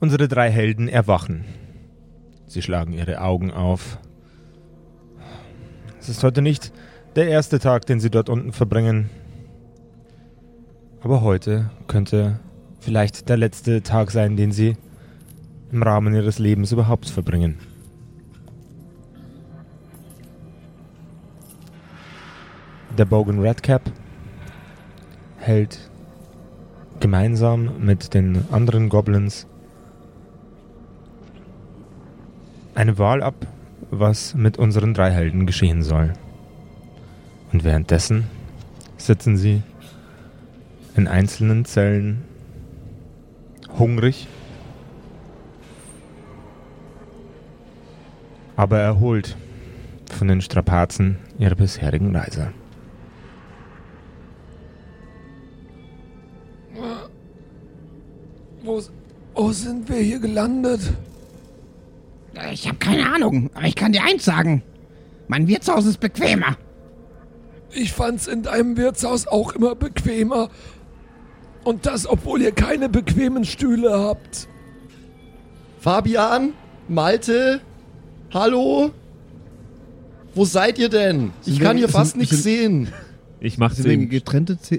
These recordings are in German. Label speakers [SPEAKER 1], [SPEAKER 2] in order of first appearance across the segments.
[SPEAKER 1] Unsere drei Helden erwachen. Sie schlagen ihre Augen auf. Es ist heute nicht der erste Tag, den sie dort unten verbringen. Aber heute könnte vielleicht der letzte Tag sein, den sie im Rahmen ihres Lebens überhaupt verbringen. Der Bogan Redcap hält gemeinsam mit den anderen Goblins eine Wahl ab, was mit unseren drei Helden geschehen soll. Und währenddessen sitzen sie in einzelnen Zellen hungrig, aber erholt von den Strapazen ihrer bisherigen Reise.
[SPEAKER 2] Wo, wo sind wir hier gelandet?
[SPEAKER 3] Ich habe keine Ahnung, aber ich kann dir eins sagen. Mein Wirtshaus ist bequemer.
[SPEAKER 2] Ich fand's in deinem Wirtshaus auch immer bequemer. Und das, obwohl ihr keine bequemen Stühle habt.
[SPEAKER 4] Fabian, Malte, hallo? Wo seid ihr denn? Ich
[SPEAKER 5] Sind
[SPEAKER 4] kann
[SPEAKER 5] wir-
[SPEAKER 4] hier fast
[SPEAKER 5] sind-
[SPEAKER 4] nichts sehen.
[SPEAKER 5] Ich mache
[SPEAKER 6] Sind wir
[SPEAKER 5] den.
[SPEAKER 6] getrennte Ze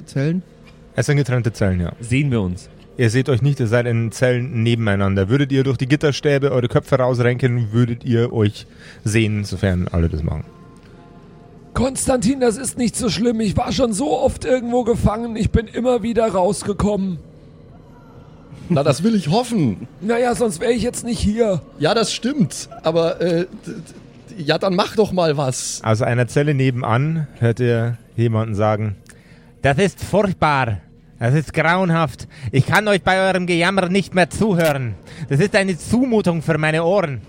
[SPEAKER 6] äh, Zellen?
[SPEAKER 1] Es sind getrennte Zellen, ja.
[SPEAKER 5] Sehen wir uns.
[SPEAKER 1] Ihr seht euch nicht, ihr seid in Zellen nebeneinander. Würdet ihr durch die Gitterstäbe eure Köpfe rausrenken, würdet ihr euch sehen, sofern alle das machen.
[SPEAKER 2] Konstantin, das ist nicht so schlimm. Ich war schon so oft irgendwo gefangen. Ich bin immer wieder rausgekommen.
[SPEAKER 4] Na, das will ich hoffen.
[SPEAKER 2] Naja, sonst wäre ich jetzt nicht hier.
[SPEAKER 4] Ja, das stimmt. Aber, äh, d- d- ja, dann mach doch mal was.
[SPEAKER 1] Aus Also einer Zelle nebenan hört ihr jemanden sagen, das ist furchtbar. Das ist grauenhaft. Ich kann euch bei eurem Gejammer nicht mehr zuhören. Das ist eine Zumutung für meine Ohren.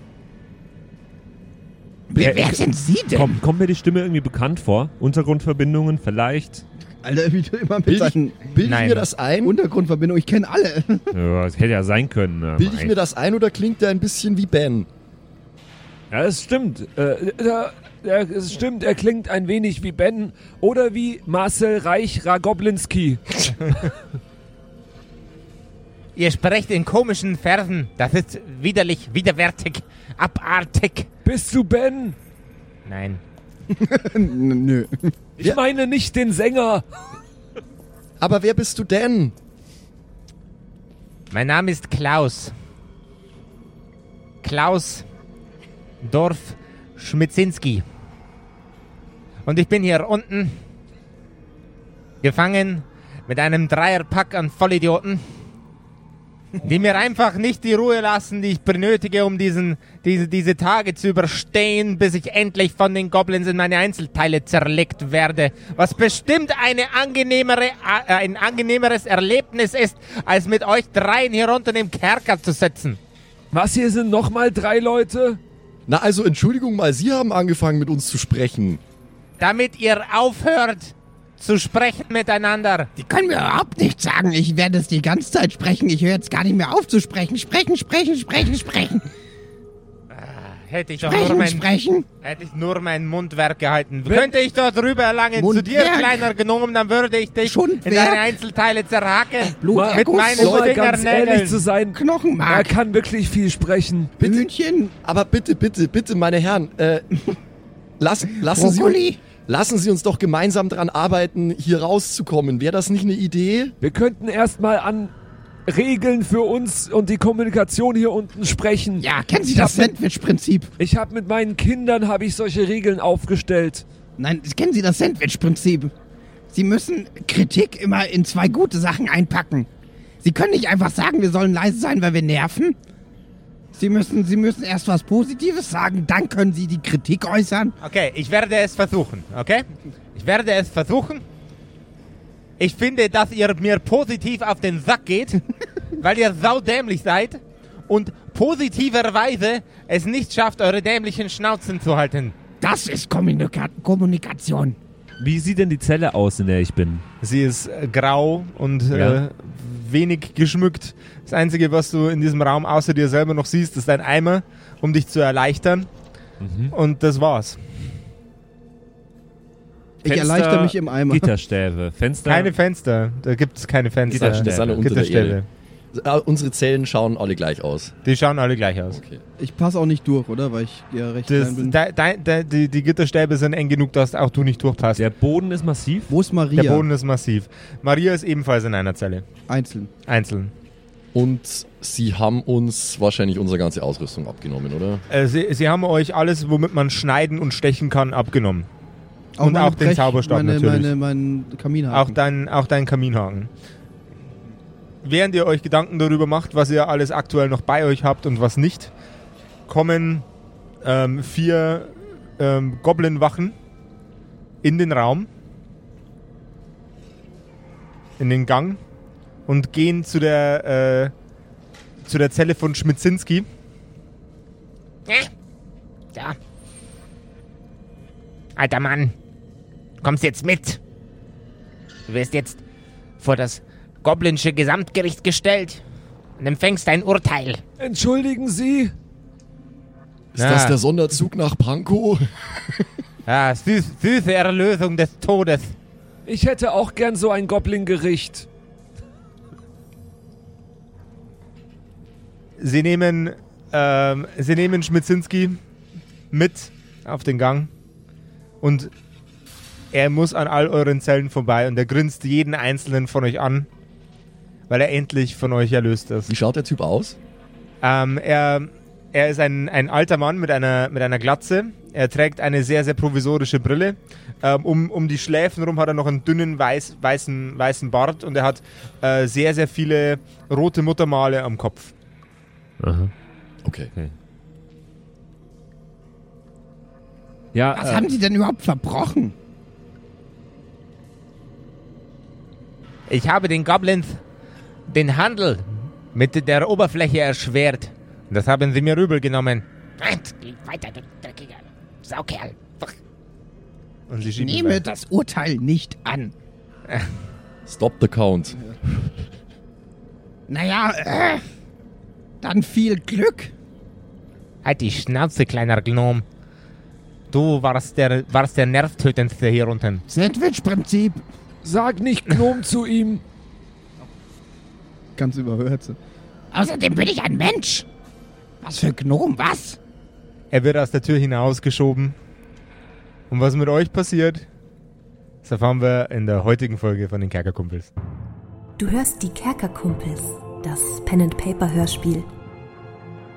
[SPEAKER 3] Wer, wer sind Sie denn?
[SPEAKER 5] Komm, kommt mir die Stimme irgendwie bekannt vor? Untergrundverbindungen vielleicht?
[SPEAKER 6] Alter, wie du immer mit
[SPEAKER 4] Bild ich,
[SPEAKER 6] deinen
[SPEAKER 4] bild ich
[SPEAKER 1] Nein.
[SPEAKER 4] mir das ein?
[SPEAKER 6] Untergrundverbindungen, ich kenne alle.
[SPEAKER 5] Ja, das hätte ja sein können. ähm,
[SPEAKER 4] Bild ich
[SPEAKER 5] ey.
[SPEAKER 4] mir das ein oder klingt der ein bisschen wie Ben?
[SPEAKER 5] Ja, das stimmt. Äh,
[SPEAKER 2] Äh, da- ja, es stimmt, er klingt ein wenig wie Ben oder wie Marcel Reich Ragoblinski.
[SPEAKER 1] Ihr sprecht in komischen Versen. Das ist widerlich, widerwärtig, abartig.
[SPEAKER 2] Bist du Ben?
[SPEAKER 1] Nein.
[SPEAKER 6] N- Nö.
[SPEAKER 2] Ich meine nicht den Sänger.
[SPEAKER 4] Aber wer bist du denn?
[SPEAKER 1] Mein Name ist Klaus. Klaus Dorf Schmitzinski. Und ich bin hier unten gefangen mit einem Dreierpack an Vollidioten, die mir einfach nicht die Ruhe lassen, die ich benötige, um diesen, diese, diese Tage zu überstehen, bis ich endlich von den Goblins in meine Einzelteile zerlegt werde. Was bestimmt eine angenehmere, äh, ein angenehmeres Erlebnis ist, als mit euch dreien hier unten im Kerker zu sitzen.
[SPEAKER 2] Was hier sind nochmal drei Leute?
[SPEAKER 4] Na, also Entschuldigung mal, Sie haben angefangen mit uns zu sprechen.
[SPEAKER 1] damit ihr aufhört zu sprechen miteinander.
[SPEAKER 3] Die können mir überhaupt nichts sagen. Ich werde es die ganze Zeit sprechen. Ich höre jetzt gar nicht mehr auf zu sprechen. Sprechen, sprechen, sprechen, sprechen.
[SPEAKER 1] Hätte ich doch nur
[SPEAKER 3] Sprechen,
[SPEAKER 1] mein,
[SPEAKER 3] sprechen.
[SPEAKER 1] hätte ich nur mein Mundwerk gehalten. Könnte ich dort rüber langen zu dir,
[SPEAKER 3] Mundwerk.
[SPEAKER 1] kleiner genommen, dann würde ich dich in
[SPEAKER 3] Schundwerk.
[SPEAKER 1] deine Einzelteile zerhacken.
[SPEAKER 3] Blut,
[SPEAKER 1] Mit meinen
[SPEAKER 2] um mal ganz
[SPEAKER 1] Fingernägeln.
[SPEAKER 2] ehrlich zu sein, er
[SPEAKER 3] Knochenmark.
[SPEAKER 2] kann wirklich viel sprechen.
[SPEAKER 3] Hühnchen.
[SPEAKER 4] Aber bitte, bitte, bitte, meine Herren, äh, lass, lassen, Sie,
[SPEAKER 3] Brokkoli.
[SPEAKER 4] lassen Sie uns doch gemeinsam dran arbeiten, hier rauszukommen. Wäre das nicht eine Idee?
[SPEAKER 2] Wir könnten erstmal an Regeln für uns und die Kommunikation hier unten sprechen.
[SPEAKER 3] Ja, kennen Sie das
[SPEAKER 2] Ich hab mit,
[SPEAKER 3] Sandwich-Prinzip?
[SPEAKER 2] ich hab mit meinen Kindern habe ich solche Regeln aufgestellt.
[SPEAKER 3] Nein, kennen Sie das Sandwich-Prinzip? Sie müssen Kritik immer in zwei gute Sachen einpacken. Sie können nicht einfach sagen, wir sollen leise sein, weil wir nerven. Sie müssen, Sie müssen erst was Positives sagen, dann können Sie die Kritik äußern.
[SPEAKER 1] Okay, ich werde es versuchen, okay? Ich werde es versuchen. Ich finde, dass ihr mir positiv auf den Sack geht, weil ihr saudämlich seid und positiverweise es nicht schafft, eure dämlichen Schnauzen zu halten.
[SPEAKER 3] Das ist Kommunika Kommunikation.
[SPEAKER 5] wie sieht denn die Zelle aus, in der ich bin?
[SPEAKER 1] Sie ist äh, grau und
[SPEAKER 5] Ja.
[SPEAKER 1] äh, wenig geschmückt. Das Einzige, was du in diesem Raum außer dir selber noch siehst, ist ein Eimer, um dich zu erleichtern.
[SPEAKER 4] Mhm.
[SPEAKER 1] Und das war's.
[SPEAKER 6] Ich
[SPEAKER 5] Fenster,
[SPEAKER 6] erleichter mich im Eimer.
[SPEAKER 5] Gitterstäbe, Fenster.
[SPEAKER 1] Keine Fenster. Da gibt's keine Fenster.
[SPEAKER 5] Gitterstäbe.
[SPEAKER 4] Das ist eine unter der
[SPEAKER 1] Gitterstäbe.
[SPEAKER 4] Erde. Äh, unsere Zellen schauen alle gleich aus.
[SPEAKER 1] Die schauen alle gleich aus.
[SPEAKER 7] Ich passe auch nicht durch, oder? Weil ich ja recht
[SPEAKER 1] Das,
[SPEAKER 7] klein bin.
[SPEAKER 1] de, de, de, die, die Gitterstäbe sind eng genug, dass auch du nicht durchpasst.
[SPEAKER 8] Der Boden ist massiv.
[SPEAKER 7] Wo ist Maria?
[SPEAKER 1] Der Boden ist massiv. Maria ist ebenfalls in einer Zelle.
[SPEAKER 7] Einzeln.
[SPEAKER 1] Einzeln.
[SPEAKER 4] Und sie haben uns wahrscheinlich unsere ganze Ausrüstung abgenommen, oder?
[SPEAKER 1] Äh, sie, sie haben euch alles, womit man schneiden und stechen kann, abgenommen. Und
[SPEAKER 7] meine
[SPEAKER 1] auch den Zauberstab
[SPEAKER 7] meine,
[SPEAKER 1] natürlich.
[SPEAKER 7] Meine, meinen
[SPEAKER 1] Auch
[SPEAKER 7] Kaminhaken.
[SPEAKER 1] dein, auch dein Kaminhaken. Während ihr euch Gedanken darüber macht, was ihr alles aktuell noch bei euch habt und was nicht, kommen ähm, vier ähm, Goblin-Wachen in den Raum, in den Gang und gehen zu der, äh, zu der Zelle von Schmitzinski.
[SPEAKER 9] Da. Alter Mann, kommst jetzt mit. Du wirst jetzt vor das goblinsche Gesamtgericht gestellt und empfängst ein Urteil.
[SPEAKER 2] Entschuldigen Sie,
[SPEAKER 4] Ist
[SPEAKER 1] Ja.
[SPEAKER 4] das der Sonderzug nach Pankow?
[SPEAKER 1] Ja, süß, süße Erlösung des Todes.
[SPEAKER 2] ich hätte auch gern so ein Goblin-Gericht.
[SPEAKER 1] Sie nehmen, ähm, sie nehmen Schmitzinski mit auf den Gang und er muss an all euren Zellen vorbei und er grinst jeden einzelnen von euch an, weil er endlich von euch erlöst ist.
[SPEAKER 4] Wie schaut der Typ aus?
[SPEAKER 1] Ähm, er, er ist ein, ein alter Mann mit einer, mit einer Glatze. Er trägt eine sehr, sehr provisorische Brille. Ähm, um, um die Schläfen rum hat er noch einen dünnen weiß, weißen, weißen Bart und er hat äh, sehr, sehr viele rote Muttermale am Kopf.
[SPEAKER 8] Aha.
[SPEAKER 4] Okay.
[SPEAKER 8] Ja,
[SPEAKER 3] Was
[SPEAKER 5] Also
[SPEAKER 8] äh,
[SPEAKER 3] haben die denn überhaupt verbrochen?
[SPEAKER 9] Ich habe den Goblins den Handel mit der Oberfläche erschwert.
[SPEAKER 1] Das haben sie mir übel genommen.
[SPEAKER 9] Nein, geh weiter, du dreckiger Saukerl.
[SPEAKER 1] Und sie schieben
[SPEAKER 3] Nehme das Urteil nicht an.
[SPEAKER 4] Stop the count.
[SPEAKER 3] Naja, äh, dann viel Glück.
[SPEAKER 9] Halt die Schnauze, kleiner Gnom. Du warst der, warst der nervtötendste hier unten.
[SPEAKER 3] Sandwich-Prinzip.
[SPEAKER 2] Sag nicht Gnom zu ihm.
[SPEAKER 7] Ganz überhört. sie.
[SPEAKER 3] Außerdem bin ich ein Mensch. Was für Gnom, was?
[SPEAKER 1] Er wird aus der Tür hinausgeschoben. Und was mit euch passiert, das erfahren wir in der heutigen Folge von den Kerkerkumpels.
[SPEAKER 10] Du hörst die Kerkerkumpels, das Pen and Paper Hörspiel.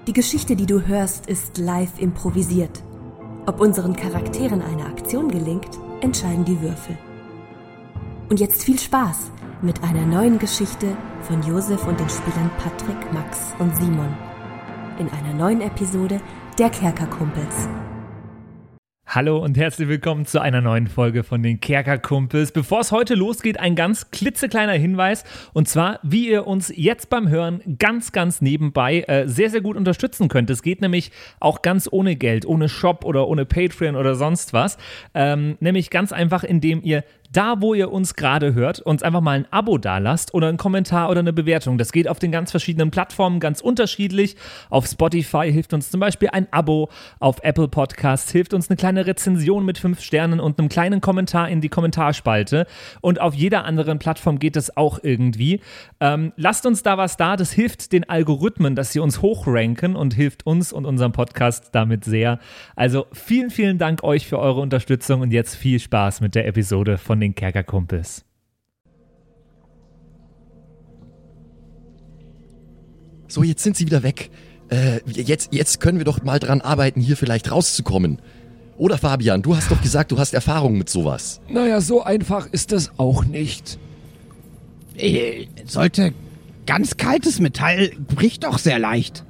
[SPEAKER 10] Die Geschichte, die du hörst, ist live improvisiert. Ob unseren Charakteren eine Aktion gelingt, entscheiden die Würfel. Und jetzt viel Spaß mit einer neuen Geschichte von Josef und den Spielern Patrick, Max und Simon. In einer neuen Episode der Kerkerkumpels.
[SPEAKER 5] Hallo und herzlich willkommen zu einer neuen Folge von den Kerkerkumpels. Bevor es heute losgeht, ein ganz klitzekleiner Hinweis und zwar, wie ihr uns jetzt beim Hören ganz, ganz nebenbei äh, sehr, sehr gut unterstützen könnt. Es geht nämlich auch ganz ohne Geld, ohne Shop oder ohne Patreon oder sonst was. Ähm, nämlich ganz einfach, indem ihr da, wo ihr uns gerade hört, uns einfach mal ein Abo dalasst oder einen Kommentar oder eine Bewertung. Das geht auf den ganz verschiedenen Plattformen ganz unterschiedlich. Auf Spotify hilft uns zum Beispiel ein Abo, auf Apple Podcasts hilft uns eine kleine Rezension mit fünf Sternen und einem kleinen Kommentar in die Kommentarspalte. Und auf jeder anderen Plattform geht es auch irgendwie. Ähm, lasst uns da was da. Das hilft den Algorithmen, dass sie uns hochranken und hilft uns und unserem Podcast damit sehr. Also vielen, vielen Dank euch für eure Unterstützung und jetzt viel Spaß mit der Episode von den Kerkerkumpels.
[SPEAKER 4] So, jetzt sind sie wieder weg. Äh, jetzt, jetzt können wir doch mal dran arbeiten, hier vielleicht rauszukommen. Oder Fabian, du hast doch gesagt, du hast Erfahrung mit sowas.
[SPEAKER 2] Naja, so einfach ist das auch nicht.
[SPEAKER 3] Äh, sollte ganz kaltes Metall bricht doch sehr leicht.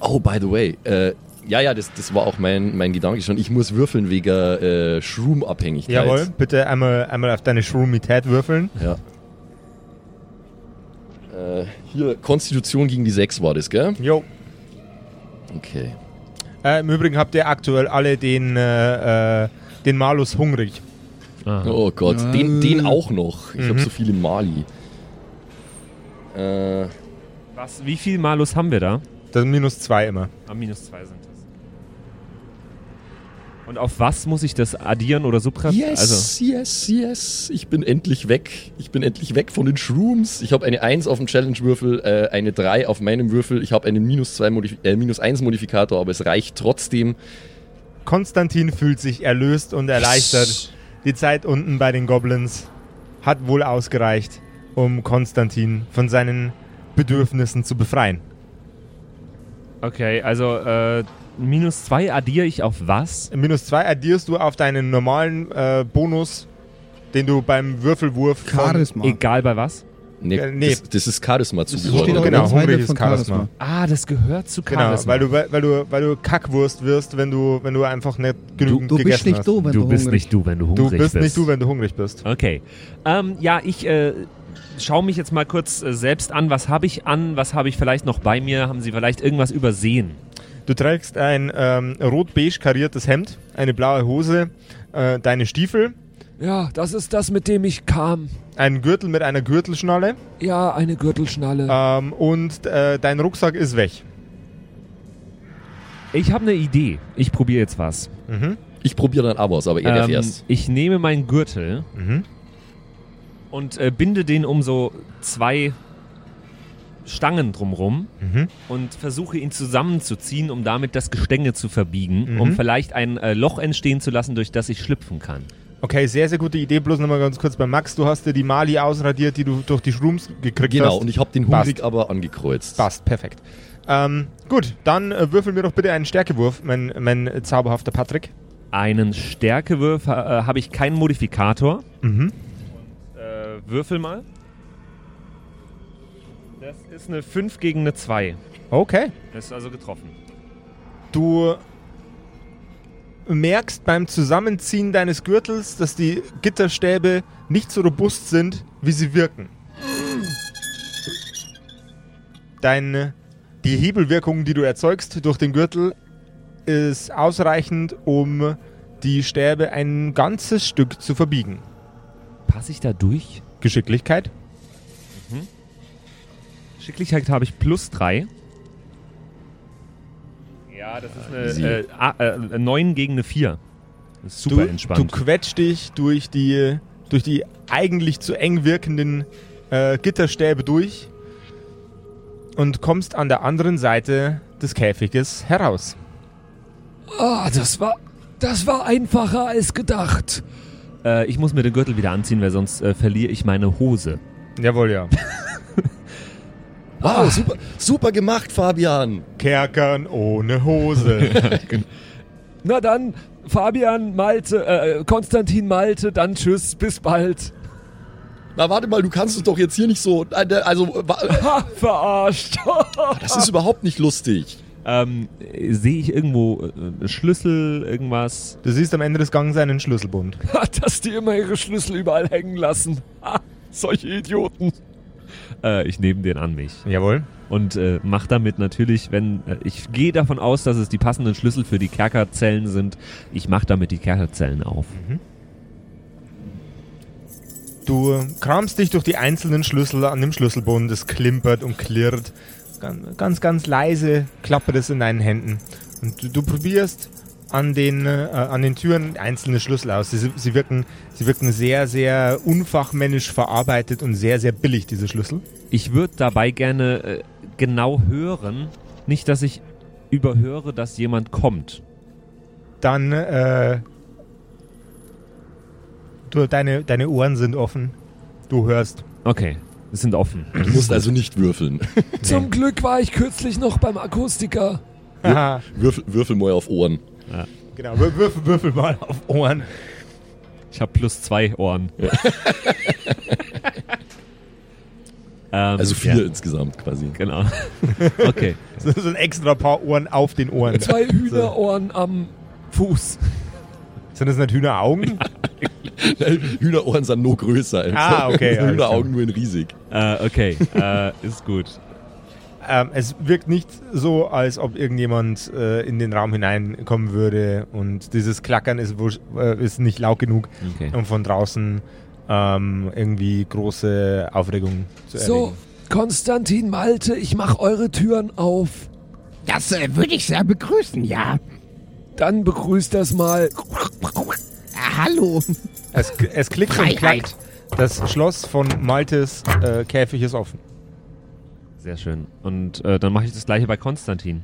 [SPEAKER 4] Oh, by the way, äh, ja, ja, das, das war auch mein, mein Gedanke schon. Ich muss würfeln wegen äh, Shroom-Abhängigkeit.
[SPEAKER 1] Jawohl, bitte einmal, einmal auf deine Shroomität würfeln.
[SPEAKER 4] Ja. Äh, hier, Konstitution gegen die 6 war das, gell?
[SPEAKER 1] Jo.
[SPEAKER 4] Okay.
[SPEAKER 1] Äh, Im Übrigen habt ihr aktuell alle den, äh, äh, den Malus hungrig.
[SPEAKER 4] Oh Gott, den, den auch noch. Ich hab habe so viele Mali. Äh,
[SPEAKER 8] was, wie viel Malus haben wir da?
[SPEAKER 5] Ah,
[SPEAKER 1] Das ist minus zwei immer.
[SPEAKER 8] Ah, minus zwei sind das.
[SPEAKER 5] Und auf was muss ich das addieren oder subtrahieren?
[SPEAKER 4] Yes,
[SPEAKER 5] Also,
[SPEAKER 4] yes, yes. Ich bin endlich weg. Ich bin endlich weg von den Shrooms. Ich habe eine 1 auf dem Challenge-Würfel, äh, eine 3 auf meinem Würfel. Ich habe einen minus, 2 Modif äh, minus 1 Modifikator, aber es reicht trotzdem.
[SPEAKER 1] Konstantin fühlt sich erlöst und erleichtert. Die Zeit unten bei den Goblins hat wohl ausgereicht, um Konstantin von seinen Bedürfnissen zu befreien.
[SPEAKER 5] okay, also äh, minus 2 addiere ich auf was?
[SPEAKER 1] Minus 2 addierst du auf deinen normalen äh, Bonus, den du beim Würfelwurf von,
[SPEAKER 3] Charisma.
[SPEAKER 5] Egal bei was?
[SPEAKER 4] Nee,
[SPEAKER 1] Äh, nee.
[SPEAKER 4] Ne, Das, das ist Charisma zu
[SPEAKER 3] Das steht auch
[SPEAKER 1] Genau,
[SPEAKER 3] ganz weit weg
[SPEAKER 1] hungriges
[SPEAKER 3] von
[SPEAKER 1] Charisma.
[SPEAKER 3] Charisma.
[SPEAKER 5] Ah, das gehört zu
[SPEAKER 1] Genau,
[SPEAKER 5] Charisma.
[SPEAKER 1] weil du, weil, du, weil du Kackwurst wirst, wenn du, wenn du einfach nicht genügend
[SPEAKER 3] Du bist
[SPEAKER 1] gegessen
[SPEAKER 3] nicht
[SPEAKER 1] hast.
[SPEAKER 3] du, wenn du,
[SPEAKER 5] du bist
[SPEAKER 3] hungrig
[SPEAKER 5] nicht du, wenn du
[SPEAKER 1] Du
[SPEAKER 5] hungrig
[SPEAKER 1] bist nicht du, wenn du hungrig bist.
[SPEAKER 5] Okay. Ähm, ja, ich äh, schaue mich jetzt mal kurz äh, selbst an. Was habe ich an? Was habe ich vielleicht noch bei mir? Haben Sie vielleicht irgendwas übersehen?
[SPEAKER 1] Du trägst ein ähm, rot-beige kariertes Hemd, eine blaue Hose, äh, deine Stiefel,
[SPEAKER 2] Ja, das ist das, mit dem ich kam.
[SPEAKER 1] einen Gürtel mit einer Gürtelschnalle
[SPEAKER 2] Ja, eine Gürtelschnalle.
[SPEAKER 1] ähm, und äh, dein Rucksack ist weg.
[SPEAKER 5] Ich habe eine Idee. Ich probiere jetzt was.
[SPEAKER 4] Ich probiere dann aber aus, aber er darf
[SPEAKER 5] Ähm,
[SPEAKER 4] erst.
[SPEAKER 5] Ich nehme meinen Gürtel
[SPEAKER 1] Mhm.
[SPEAKER 5] und äh, binde den um so zwei Stangen drumrum
[SPEAKER 1] Mhm.
[SPEAKER 5] und versuche ihn zusammenzuziehen, um damit das Gestänge zu verbiegen,
[SPEAKER 1] Mhm.
[SPEAKER 5] um vielleicht ein äh, Loch entstehen zu lassen, durch das ich schlüpfen kann.
[SPEAKER 1] Okay, sehr, sehr gute Idee. Bloß nochmal ganz kurz bei Max. Du hast dir die Mali ausradiert, die du durch die Shrooms gekriegt hast.
[SPEAKER 4] Genau, und ich habe den hungrig
[SPEAKER 1] Passt.
[SPEAKER 4] aber angekreuzt.
[SPEAKER 1] Passt, perfekt. Ähm, gut, dann äh, würfel mir doch bitte einen Stärkewurf, mein, mein äh, zauberhafter Patrick.
[SPEAKER 5] Einen Stärkewürf äh, habe ich keinen Modifikator.
[SPEAKER 1] Mhm.
[SPEAKER 5] Äh, würfel mal. Das ist eine 5 gegen eine 2.
[SPEAKER 1] Okay.
[SPEAKER 5] Das ist also getroffen.
[SPEAKER 1] Du merkst beim Zusammenziehen deines Gürtels, dass die Gitterstäbe nicht so robust sind, wie sie wirken. Deine, die Hebelwirkung, die du erzeugst durch den Gürtel, ist ausreichend, um die Stäbe ein ganzes Stück zu verbiegen.
[SPEAKER 5] Passe ich da durch?
[SPEAKER 1] Geschicklichkeit?
[SPEAKER 5] Schicklichkeit habe ich plus 3. Ja, das ist
[SPEAKER 4] easy.
[SPEAKER 5] eine äh, a- äh, 9 gegen eine 4. Das ist super
[SPEAKER 1] du, Du
[SPEAKER 5] entspannt.
[SPEAKER 1] quetscht dich durch die, durch die eigentlich zu eng wirkenden äh, Gitterstäbe durch und kommst an der anderen Seite des Käfiges heraus.
[SPEAKER 2] Ah, das war. Das war einfacher als gedacht.
[SPEAKER 5] äh, ich muss mir den Gürtel wieder anziehen, weil sonst äh, verliere ich meine Hose.
[SPEAKER 1] Jawohl, ja.
[SPEAKER 4] Wow, super, super gemacht, Fabian.
[SPEAKER 1] Kerkern ohne Hose.
[SPEAKER 2] Na dann, Fabian, Malte, äh, Konstantin, Malte, dann tschüss, bis bald.
[SPEAKER 4] Na, warte mal, du kannst es doch jetzt hier nicht so. äh, Also, äh, wa- Ah,
[SPEAKER 2] Ha, verarscht.
[SPEAKER 4] das ist überhaupt nicht lustig.
[SPEAKER 5] Ähm, äh, Sehe ich irgendwo äh, einen Schlüssel, irgendwas?
[SPEAKER 1] du siehst am Ende des Gangs einen Schlüsselbund.
[SPEAKER 2] Hat das die immer ihre Schlüssel überall hängen lassen? Ha, solche Idioten.
[SPEAKER 5] Äh, ich nehme den an mich.
[SPEAKER 1] Jawohl.
[SPEAKER 5] und äh, mach damit natürlich, wenn äh, ich gehe davon aus, dass es die passenden Schlüssel für die Kerkerzellen sind. Ich mach damit die Kerkerzellen auf.
[SPEAKER 1] Du kramst dich durch die einzelnen Schlüssel an dem Schlüsselbund. Es klimpert und klirrt. Ganz, ganz, ganz leise klappert es in deinen Händen. Und du, du probierst an den, äh, an den Türen einzelne Schlüssel aus. Sie, sie, wirken, sie wirken sehr, sehr unfachmännisch verarbeitet und sehr, sehr billig, diese Schlüssel.
[SPEAKER 5] Ich würde dabei gerne äh, genau hören, nicht dass ich überhöre, dass jemand kommt.
[SPEAKER 1] Dann, äh, du, deine, deine Ohren sind offen. Du hörst.
[SPEAKER 5] Okay, wir sind offen.
[SPEAKER 4] Du musst also nicht würfeln.
[SPEAKER 2] Zum Glück war ich kürzlich noch beim Akustiker.
[SPEAKER 1] Haha.
[SPEAKER 4] Würfel, würfel mal auf Ohren.
[SPEAKER 1] genau, wür- würfel, würfel mal auf Ohren.
[SPEAKER 5] Ich habe plus zwei Ohren. Ähm,
[SPEAKER 4] Also vier
[SPEAKER 5] Ja,
[SPEAKER 4] insgesamt quasi.
[SPEAKER 5] genau. Okay.
[SPEAKER 1] So so ein extra paar Ohren auf den Ohren.
[SPEAKER 2] Zwei Hühnerohren am Fuß.
[SPEAKER 1] Sind das nicht Hühneraugen?
[SPEAKER 4] Hühnerohren sind nur größer.
[SPEAKER 1] Ah, okay, alles
[SPEAKER 4] Hühneraugen nur in riesig.
[SPEAKER 5] Äh, okay, äh, ist gut.
[SPEAKER 1] Ähm, es wirkt nicht so, als ob irgendjemand äh, in den Raum hineinkommen würde und dieses Klackern ist, wusch- äh, ist nicht laut genug,
[SPEAKER 5] Okay.
[SPEAKER 1] um von draußen ähm, irgendwie große Aufregung zu
[SPEAKER 2] So,
[SPEAKER 1] erregen.
[SPEAKER 2] Konstantin, Malte, ich mach eure Türen auf.
[SPEAKER 11] Das äh, würde ich sehr begrüßen, ja.
[SPEAKER 2] Dann begrüßt das mal.
[SPEAKER 3] Ah, hallo.
[SPEAKER 1] Es, es klickt und
[SPEAKER 3] Freiheit.
[SPEAKER 1] klackt. Das Schloss von Maltes äh, Käfig ist offen.
[SPEAKER 5] Sehr schön. Und äh, dann mache ich das gleiche bei Konstantin.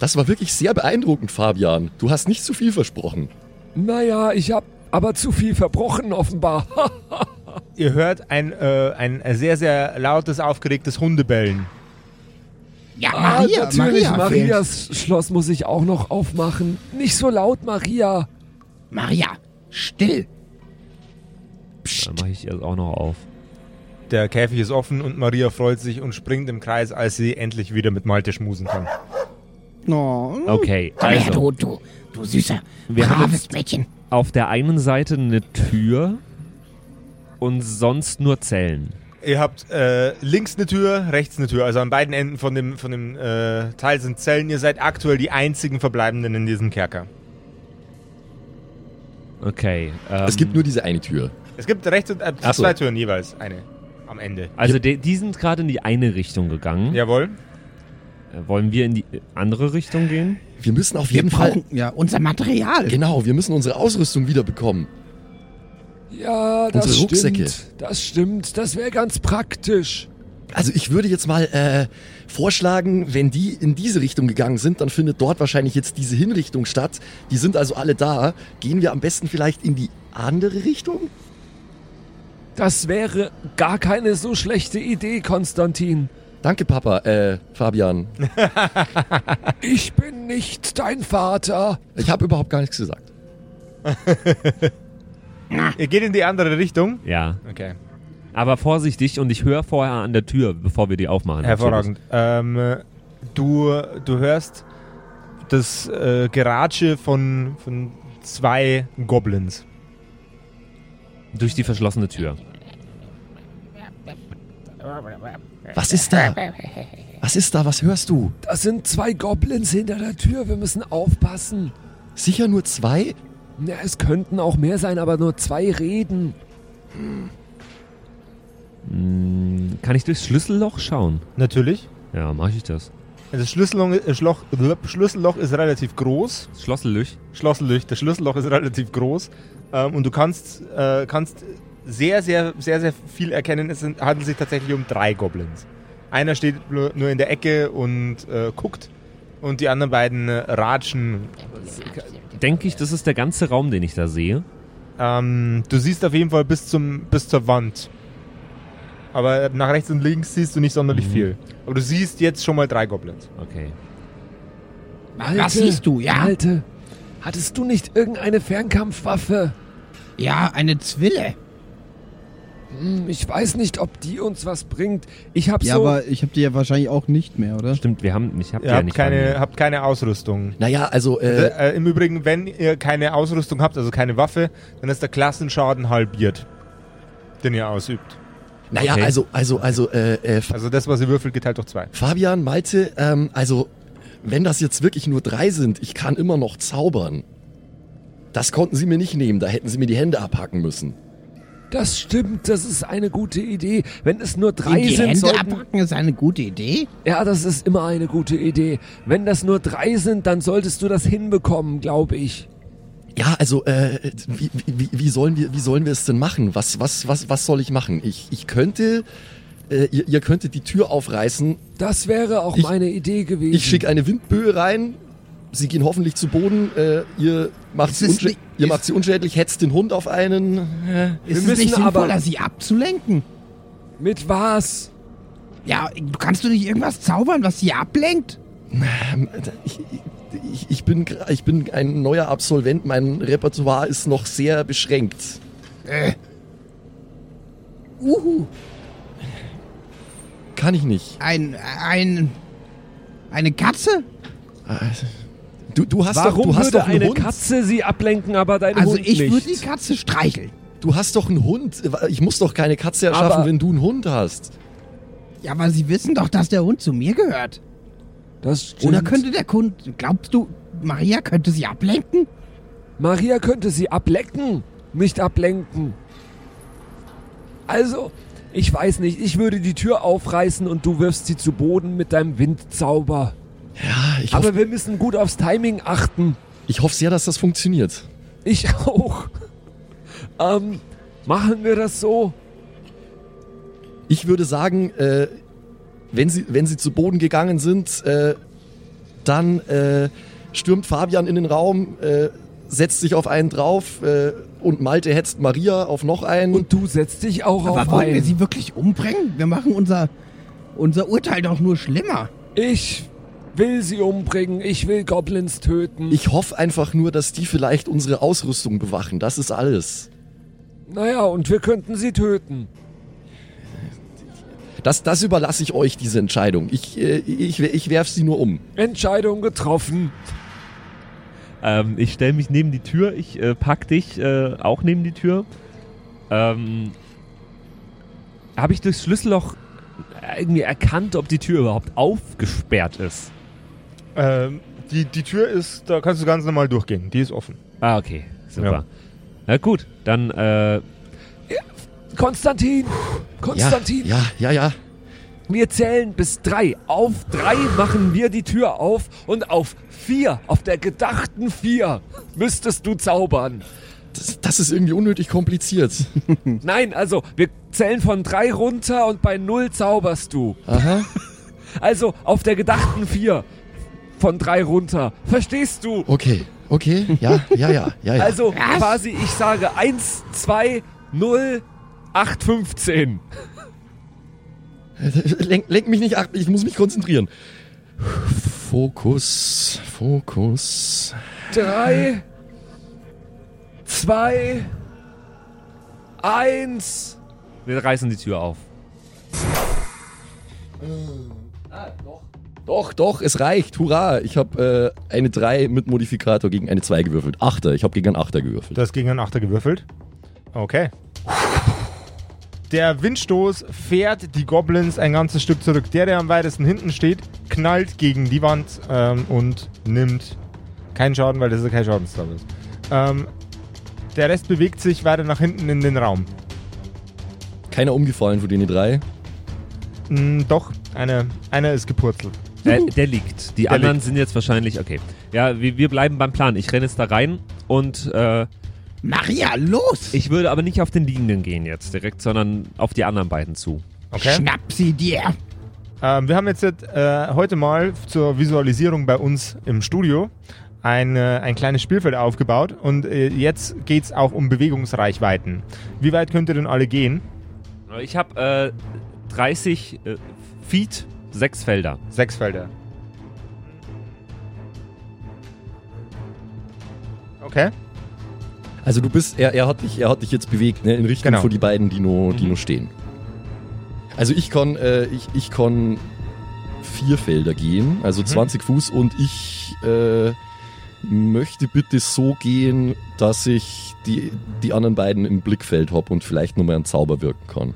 [SPEAKER 4] Das war wirklich sehr beeindruckend, Fabian. Du hast nicht zu viel versprochen.
[SPEAKER 2] Naja, ich hab aber zu viel verbrochen, offenbar.
[SPEAKER 1] Ihr hört ein, äh, ein sehr, sehr lautes, aufgeregtes Hundebellen.
[SPEAKER 3] Ja,
[SPEAKER 2] Ah,
[SPEAKER 3] Maria,
[SPEAKER 2] natürlich,
[SPEAKER 3] Maria, fehlt.
[SPEAKER 2] Marias Schloss muss ich auch noch aufmachen. Nicht so laut, Maria.
[SPEAKER 3] Maria, still.
[SPEAKER 5] Dann mache ich es auch noch auf.
[SPEAKER 1] Der Käfig ist offen und Maria freut sich und springt im Kreis, als sie endlich wieder mit Malte schmusen kann.
[SPEAKER 3] Oh.
[SPEAKER 5] Okay,
[SPEAKER 3] Komm her, du,
[SPEAKER 5] also
[SPEAKER 3] du, du süßer,
[SPEAKER 5] Wir haben
[SPEAKER 3] braves Mädchen.
[SPEAKER 5] auf der einen Seite eine Tür und sonst nur Zellen.
[SPEAKER 1] Ihr habt äh, links eine Tür, rechts eine Tür. Also an beiden Enden von dem, von dem äh, Teil sind Zellen. Ihr seid aktuell die einzigen Verbleibenden in diesem Kerker.
[SPEAKER 5] Okay. Ähm,
[SPEAKER 4] Es gibt nur diese eine Tür.
[SPEAKER 1] Es gibt rechts und äh,
[SPEAKER 4] Ach so.
[SPEAKER 1] zwei Türen jeweils. Eine am Ende.
[SPEAKER 5] also die, die sind gerade in die eine Richtung gegangen.
[SPEAKER 1] Jawohl.
[SPEAKER 5] Äh, Wollen wir in die äh, andere Richtung gehen?
[SPEAKER 4] Wir müssen auf
[SPEAKER 3] Wir
[SPEAKER 4] jeden Fall.
[SPEAKER 3] brauchen ja, unser Material.
[SPEAKER 4] Genau, wir müssen unsere Ausrüstung wiederbekommen.
[SPEAKER 2] Ja, das
[SPEAKER 4] Unsere Rucksäcke.
[SPEAKER 2] stimmt. Das stimmt. Das wäre ganz praktisch.
[SPEAKER 4] Also ich würde jetzt mal äh, vorschlagen, wenn die in diese Richtung gegangen sind, dann findet dort wahrscheinlich jetzt diese Hinrichtung statt. Die sind also alle da. Gehen wir am besten vielleicht in die andere Richtung?
[SPEAKER 2] Das wäre gar keine so schlechte Idee, Konstantin.
[SPEAKER 4] Danke, Papa, äh, Fabian.
[SPEAKER 2] Ich bin nicht dein Vater.
[SPEAKER 4] Ich habe überhaupt gar nichts gesagt.
[SPEAKER 1] Ihr geht in die andere Richtung.
[SPEAKER 5] Ja.
[SPEAKER 1] Okay.
[SPEAKER 5] Aber vorsichtig und ich höre vorher an der Tür, bevor wir die aufmachen.
[SPEAKER 1] Hervorragend. Ähm, du, du hörst das äh, Geratsche von, von zwei Goblins.
[SPEAKER 5] Durch die verschlossene Tür.
[SPEAKER 4] Was ist da? Was ist da? Was hörst du?
[SPEAKER 2] Das sind zwei Goblins hinter der Tür. Wir müssen aufpassen.
[SPEAKER 4] Sicher nur zwei?
[SPEAKER 2] Na, es könnten auch mehr sein, aber nur zwei reden.
[SPEAKER 5] Kann ich durchs Schlüsselloch schauen?
[SPEAKER 1] Natürlich.
[SPEAKER 5] Ja, mache ich das.
[SPEAKER 1] Das Schlüsselloch, äh, Schloch, blub, Schlüsselloch ist relativ groß.
[SPEAKER 5] Das Schlosselloch.
[SPEAKER 1] Schlosselloch, das Schlüsselloch ist relativ groß. Ähm, und du kannst, äh, kannst sehr, sehr, sehr, sehr viel erkennen. Es sind, handelt sich tatsächlich um drei Goblins. Einer steht nur nur in der Ecke und äh, guckt. Und die anderen beiden äh, ratschen
[SPEAKER 5] Denke ich, das ist der ganze Raum, den ich da sehe.
[SPEAKER 1] Ähm, du siehst auf jeden Fall bis, zum, bis zur Wand. Aber nach rechts und links siehst du nicht sonderlich
[SPEAKER 5] Mhm.
[SPEAKER 1] viel. Aber du siehst jetzt schon mal drei Goblins.
[SPEAKER 5] Okay.
[SPEAKER 3] Was siehst du, ja?
[SPEAKER 2] Alte, hattest du nicht irgendeine Fernkampfwaffe?
[SPEAKER 3] Ja, eine Zwille.
[SPEAKER 2] Hm, ich weiß nicht, ob die uns was bringt. Ich hab
[SPEAKER 12] Ja,
[SPEAKER 2] so...
[SPEAKER 12] aber ich habe die ja wahrscheinlich auch nicht mehr, oder?
[SPEAKER 5] Stimmt, wir haben, ich habe
[SPEAKER 1] Ihr
[SPEAKER 5] ja
[SPEAKER 1] habt,
[SPEAKER 5] nicht
[SPEAKER 1] keine,
[SPEAKER 5] ange-
[SPEAKER 1] habt keine Ausrüstung.
[SPEAKER 4] Naja, also, äh,
[SPEAKER 1] Äh, Im Übrigen, wenn ihr keine Ausrüstung habt, also keine Waffe, dann ist der Klassenschaden halbiert, den ihr ausübt.
[SPEAKER 4] naja,
[SPEAKER 5] okay.
[SPEAKER 4] also, also, also, äh, äh,
[SPEAKER 1] Also das, was ihr würfelt, geteilt durch zwei.
[SPEAKER 4] Fabian, Malte, ähm, also, wenn das jetzt wirklich nur drei sind, ich kann immer noch zaubern. Das konnten sie mir nicht nehmen, da hätten sie mir die Hände abhacken müssen.
[SPEAKER 2] Das stimmt, das ist eine gute Idee. Wenn es nur drei
[SPEAKER 3] die
[SPEAKER 2] sind,
[SPEAKER 3] Hände
[SPEAKER 2] sollten...
[SPEAKER 3] abhacken ist eine gute Idee.
[SPEAKER 2] Ja, das ist immer eine gute Idee. Wenn das nur drei sind, dann solltest du das hinbekommen, glaube ich.
[SPEAKER 4] Ja, also, äh, wie, wie, wie, sollen wir, wie sollen wir es denn machen? Was, was, was, was soll ich machen? Ich, ich könnte, äh, ihr, ihr könntet die Tür aufreißen,
[SPEAKER 2] Das wäre auch
[SPEAKER 4] Ich-
[SPEAKER 2] meine Idee gewesen.
[SPEAKER 4] ich schicke eine Windböe rein, sie gehen hoffentlich zu Boden, äh, ihr, macht
[SPEAKER 3] Es
[SPEAKER 4] sie,
[SPEAKER 3] ist
[SPEAKER 4] unschä-
[SPEAKER 3] nicht-
[SPEAKER 4] ihr macht sie unschädlich, hetzt den Hund auf einen.
[SPEAKER 3] Ist
[SPEAKER 2] müssen
[SPEAKER 3] es nicht
[SPEAKER 2] aber-
[SPEAKER 3] sinnvoller, sie abzulenken?
[SPEAKER 2] Mit was?
[SPEAKER 3] Ja, du kannst du nicht irgendwas zaubern, was sie ablenkt?
[SPEAKER 4] Ich, ich, ich, bin, gra- ich bin ein neuer Absolvent, mein Repertoire ist noch sehr beschränkt.
[SPEAKER 3] Uhu,
[SPEAKER 4] Kann ich nicht.
[SPEAKER 3] ein, ein, eine Katze?
[SPEAKER 4] Du, du hast doch,
[SPEAKER 2] Warum
[SPEAKER 4] du hast
[SPEAKER 2] würde
[SPEAKER 4] doch einen
[SPEAKER 2] eine
[SPEAKER 4] Hund.
[SPEAKER 2] Katze sie ablenken, aber dein
[SPEAKER 3] Also
[SPEAKER 2] Hund
[SPEAKER 3] ich
[SPEAKER 2] nicht?
[SPEAKER 3] würde die Katze streicheln.
[SPEAKER 4] Du hast doch einen Hund. Ich muss doch keine Katze erschaffen,
[SPEAKER 2] Aber-
[SPEAKER 4] wenn du einen Hund hast.
[SPEAKER 3] Ja, aber sie wissen doch, dass der Hund zu mir gehört.
[SPEAKER 2] das stimmt.
[SPEAKER 3] Oder könnte der Kunde, glaubst du, Maria könnte sie ablenken?
[SPEAKER 2] Maria könnte sie ablecken, nicht ablenken. Also, ich weiß nicht, ich würde die Tür aufreißen und du wirfst sie zu Boden mit deinem Windzauber.
[SPEAKER 4] Ja, Ich hoffe
[SPEAKER 2] Aber wir müssen gut aufs Timing achten.
[SPEAKER 4] ich hoff sehr, dass das funktioniert.
[SPEAKER 2] Ich auch. Ähm, machen wir das so?
[SPEAKER 4] Ich würde sagen, äh, wenn, sie, wenn sie zu Boden gegangen sind, äh, dann äh, stürmt Fabian in den Raum, äh, setzt sich auf einen drauf äh, und Malte hetzt Maria auf noch einen.
[SPEAKER 2] Und du setzt dich auch
[SPEAKER 13] Aber
[SPEAKER 2] auf
[SPEAKER 13] wollen wir
[SPEAKER 2] ein.
[SPEAKER 13] sie wirklich umbringen? Wir machen unser, unser Urteil doch nur schlimmer.
[SPEAKER 2] Ich will sie umbringen. Ich will Goblins töten.
[SPEAKER 4] ich hoffe einfach nur, dass die vielleicht unsere Ausrüstung bewachen. Das ist alles.
[SPEAKER 2] naja, und wir könnten sie töten.
[SPEAKER 4] Das, das überlasse ich euch, diese Entscheidung. Ich, äh, ich, ich werf sie nur um.
[SPEAKER 2] Entscheidung getroffen.
[SPEAKER 5] Ähm, ich stelle mich neben die Tür, ich äh, pack dich äh, auch neben die Tür. Ähm, Habe ich durchs Schlüsselloch irgendwie erkannt, ob die Tür überhaupt aufgesperrt ist?
[SPEAKER 1] Ähm, die, die Tür ist, da kannst du ganz normal durchgehen. Die ist offen.
[SPEAKER 5] Ah, okay, super.
[SPEAKER 1] Ja.
[SPEAKER 5] Na gut, dann äh,
[SPEAKER 2] Konstantin! Konstantin!
[SPEAKER 4] Ja, ja, ja. ja.
[SPEAKER 2] Wir zählen bis drei. Auf drei machen wir die Tür auf und auf vier, auf der gedachten vier, müsstest du zaubern.
[SPEAKER 4] Das, das ist irgendwie unnötig kompliziert.
[SPEAKER 2] Nein, also wir zählen von drei runter und bei null zauberst du.
[SPEAKER 4] Aha.
[SPEAKER 2] Also auf der gedachten vier von drei runter. Verstehst du?
[SPEAKER 4] Okay, okay. Ja, ja, ja, ja, ja.
[SPEAKER 2] Also quasi, ich sage eins, zwei, null, acht, 15.
[SPEAKER 4] Lenk, lenk mich nicht ab, ich muss mich konzentrieren. Fokus, Fokus.
[SPEAKER 2] Drei, zwei, eins.
[SPEAKER 5] wir reißen die Tür auf.
[SPEAKER 4] Doch, doch, es reicht. Hurra. Ich habe äh, eine 3 mit Modifikator gegen eine 2 gewürfelt. Achter, ich habe gegen einen Achter gewürfelt.
[SPEAKER 1] Du hast gegen einen Achter gewürfelt. Okay. Der Windstoß fährt die Goblins ein ganzes Stück zurück. Der, der am weitesten hinten steht, knallt gegen die Wand ähm, und nimmt keinen Schaden, weil das ja kein Schadensstab ist. Ähm, der Rest bewegt sich weiter nach hinten in den Raum.
[SPEAKER 4] Keiner umgefallen von denen die drei.
[SPEAKER 1] Mm, doch, einer eine ist gepurzelt.
[SPEAKER 5] Äh, der liegt. Die anderen sind jetzt wahrscheinlich, okay. Ja, wir, wir bleiben beim Plan. Ich renne jetzt da rein und äh,
[SPEAKER 13] Maria, los!
[SPEAKER 5] ich würde aber nicht auf den Liegenden gehen jetzt direkt, sondern auf die anderen beiden zu.
[SPEAKER 1] Okay.
[SPEAKER 13] Schnapp sie dir!
[SPEAKER 1] Ähm, wir haben jetzt äh, heute mal zur Visualisierung bei uns im Studio ein, äh, ein kleines Spielfeld aufgebaut und äh, jetzt geht es auch um Bewegungsreichweiten. Wie weit könnt ihr denn alle gehen?
[SPEAKER 5] Ich habe äh, 30 äh, Feet, sechs Felder.
[SPEAKER 1] Sechs Felder. Okay.
[SPEAKER 4] Also du bist, er, er, hat, dich, er hat dich jetzt bewegt, ne? In Richtung
[SPEAKER 1] Genau.
[SPEAKER 4] vor die beiden, die nur, die nur stehen. Also ich kann, äh, ich, ich kann vier Felder gehen,
[SPEAKER 1] Mhm.
[SPEAKER 4] also 20 Fuß und ich äh, möchte bitte so gehen, dass ich die, die anderen beiden im Blickfeld habe und vielleicht nochmal einen Zauber wirken kann.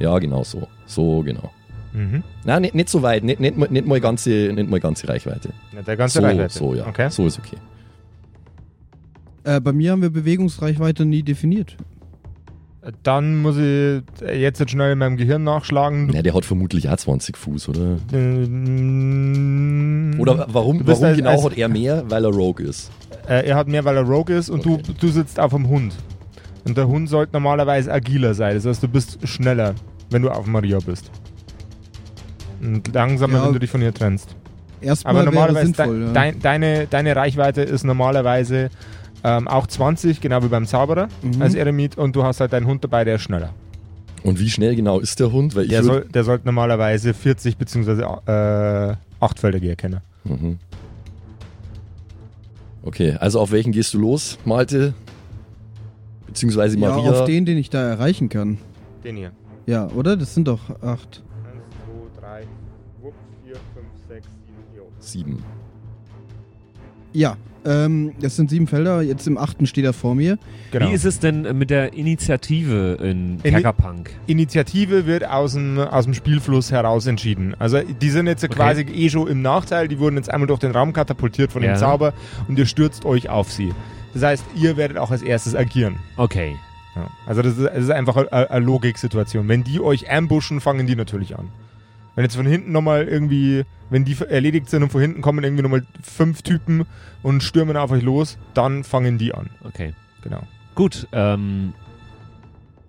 [SPEAKER 4] Ja, genau so. So genau.
[SPEAKER 1] Mhm.
[SPEAKER 4] Nein, nicht, nicht so weit, nicht, nicht, mal- nicht, mal, ganze, nicht mal ganze Reichweite.
[SPEAKER 1] Ja, der ganze
[SPEAKER 4] so,
[SPEAKER 1] Reichweite.
[SPEAKER 4] so, ja.
[SPEAKER 1] Okay.
[SPEAKER 4] So ist okay.
[SPEAKER 3] Äh, bei mir haben wir Bewegungsreichweite nie definiert.
[SPEAKER 1] Dann muss ich jetzt, jetzt schnell in meinem Gehirn nachschlagen.
[SPEAKER 4] Na, der hat vermutlich auch 20 Fuß, oder?
[SPEAKER 1] Ähm,
[SPEAKER 4] Oder warum,
[SPEAKER 1] Du bist
[SPEAKER 4] warum
[SPEAKER 1] als-
[SPEAKER 4] genau
[SPEAKER 1] als-
[SPEAKER 4] hat er mehr? Weil er Rogue ist.
[SPEAKER 1] Äh, er hat mehr, weil er Rogue ist und du,
[SPEAKER 4] Okay.
[SPEAKER 1] du sitzt auf dem Hund. Und der Hund sollte normalerweise agiler sein. Das heißt, du bist schneller, wenn du auf Maria bist. Und langsamer,
[SPEAKER 3] Ja.
[SPEAKER 1] wenn du dich von ihr trennst. Aber
[SPEAKER 3] Erstmal wäre
[SPEAKER 1] normalerweise,
[SPEAKER 3] sinnvoll.
[SPEAKER 1] de
[SPEAKER 3] ja.
[SPEAKER 1] dein, deine, deine Reichweite ist normalerweise ähm, auch 20, genau wie beim Zauberer
[SPEAKER 3] Mhm.
[SPEAKER 1] als Eremit. Und du hast halt deinen Hund dabei, der ist schneller.
[SPEAKER 4] Und wie schnell genau ist der Hund? Weil ich
[SPEAKER 1] Der,
[SPEAKER 4] würd-
[SPEAKER 1] soll, der sollte normalerweise 40 bzw. Äh, 8 Felder gehen können.
[SPEAKER 4] Mhm. Okay, also auf welchen gehst du los, Malte? Beziehungsweise
[SPEAKER 3] ja,
[SPEAKER 4] Maria?
[SPEAKER 3] auf den, den ich da erreichen kann.
[SPEAKER 1] Den hier.
[SPEAKER 3] Ja, oder? Das sind doch acht.
[SPEAKER 1] 1, 2, 3, 4, 5, 6, 7,
[SPEAKER 4] Sieben.
[SPEAKER 3] Ja, ähm, das sind sieben Felder. Jetzt im achten steht er vor mir.
[SPEAKER 1] Genau.
[SPEAKER 5] Wie ist es denn mit der Initiative in
[SPEAKER 1] In-
[SPEAKER 5] Kerkerpunk?
[SPEAKER 1] Initiative wird aus dem, aus dem Spielfluss heraus entschieden. Also die sind jetzt quasi eh schon im Nachteil, die wurden jetzt einmal durch den Raum katapultiert von
[SPEAKER 5] Ja.
[SPEAKER 1] dem Zauber und ihr stürzt euch auf sie. Das heißt, ihr werdet auch als erstes agieren.
[SPEAKER 5] Okay.
[SPEAKER 1] Ja. Also das ist, das ist einfach eine, eine Logiksituation. Wenn die euch ambushen, fangen die natürlich an. Wenn jetzt von hinten nochmal irgendwie, wenn die erledigt sind und von hinten kommen irgendwie nochmal fünf Typen und stürmen auf euch los, dann fangen die an.
[SPEAKER 5] Okay.
[SPEAKER 1] Genau.
[SPEAKER 5] Gut, ähm.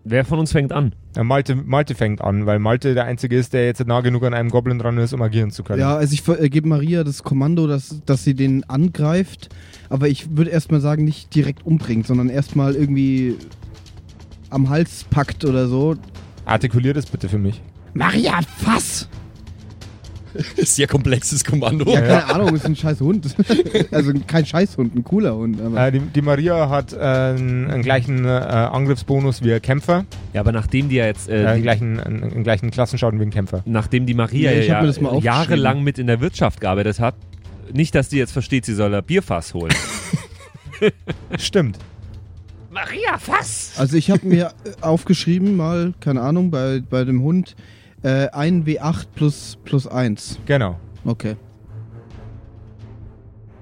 [SPEAKER 5] Wer von uns fängt an?
[SPEAKER 1] Ja, Malte, Malte fängt an, weil Malte der Einzige ist, der jetzt nah genug an einem Goblin dran ist, um agieren zu können.
[SPEAKER 3] Ja, also ich ver- äh, gebe Maria das Kommando, dass, dass sie den angreift. Aber ich würde erstmal sagen, nicht direkt umbringt, sondern erstmal irgendwie am Hals packt oder so.
[SPEAKER 1] Artikulier das bitte für mich.
[SPEAKER 13] Maria, fass!
[SPEAKER 4] Sehr komplexes Kommando.
[SPEAKER 3] Ja, keine Ahnung, ist ein scheiß Hund. also kein scheiß Hund, ein cooler Hund. Aber
[SPEAKER 1] Äh, die, die Maria hat äh, einen einen gleichen äh, Angriffsbonus wie ein Kämpfer,
[SPEAKER 5] Ja, aber nachdem die ja jetzt.
[SPEAKER 1] äh,
[SPEAKER 5] Äh,
[SPEAKER 1] einen
[SPEAKER 5] die,
[SPEAKER 1] gleichen, einen, einen gleichen Klassenschaden wie ein Kämpfer.
[SPEAKER 5] nachdem die Maria
[SPEAKER 3] Ja, ich hab
[SPEAKER 5] ja
[SPEAKER 3] mir das mal aufgeschrieben.
[SPEAKER 5] jahrelang mit in der Wirtschaft gearbeitet hat, nicht, dass die jetzt versteht, sie soll ein Bierfass holen.
[SPEAKER 1] Stimmt.
[SPEAKER 5] Maria, Fass!
[SPEAKER 3] also ich habe mir äh, aufgeschrieben, mal, keine Ahnung, bei, bei dem Hund, äh, ein W8 plus, plus 1.
[SPEAKER 1] Genau.
[SPEAKER 3] Okay.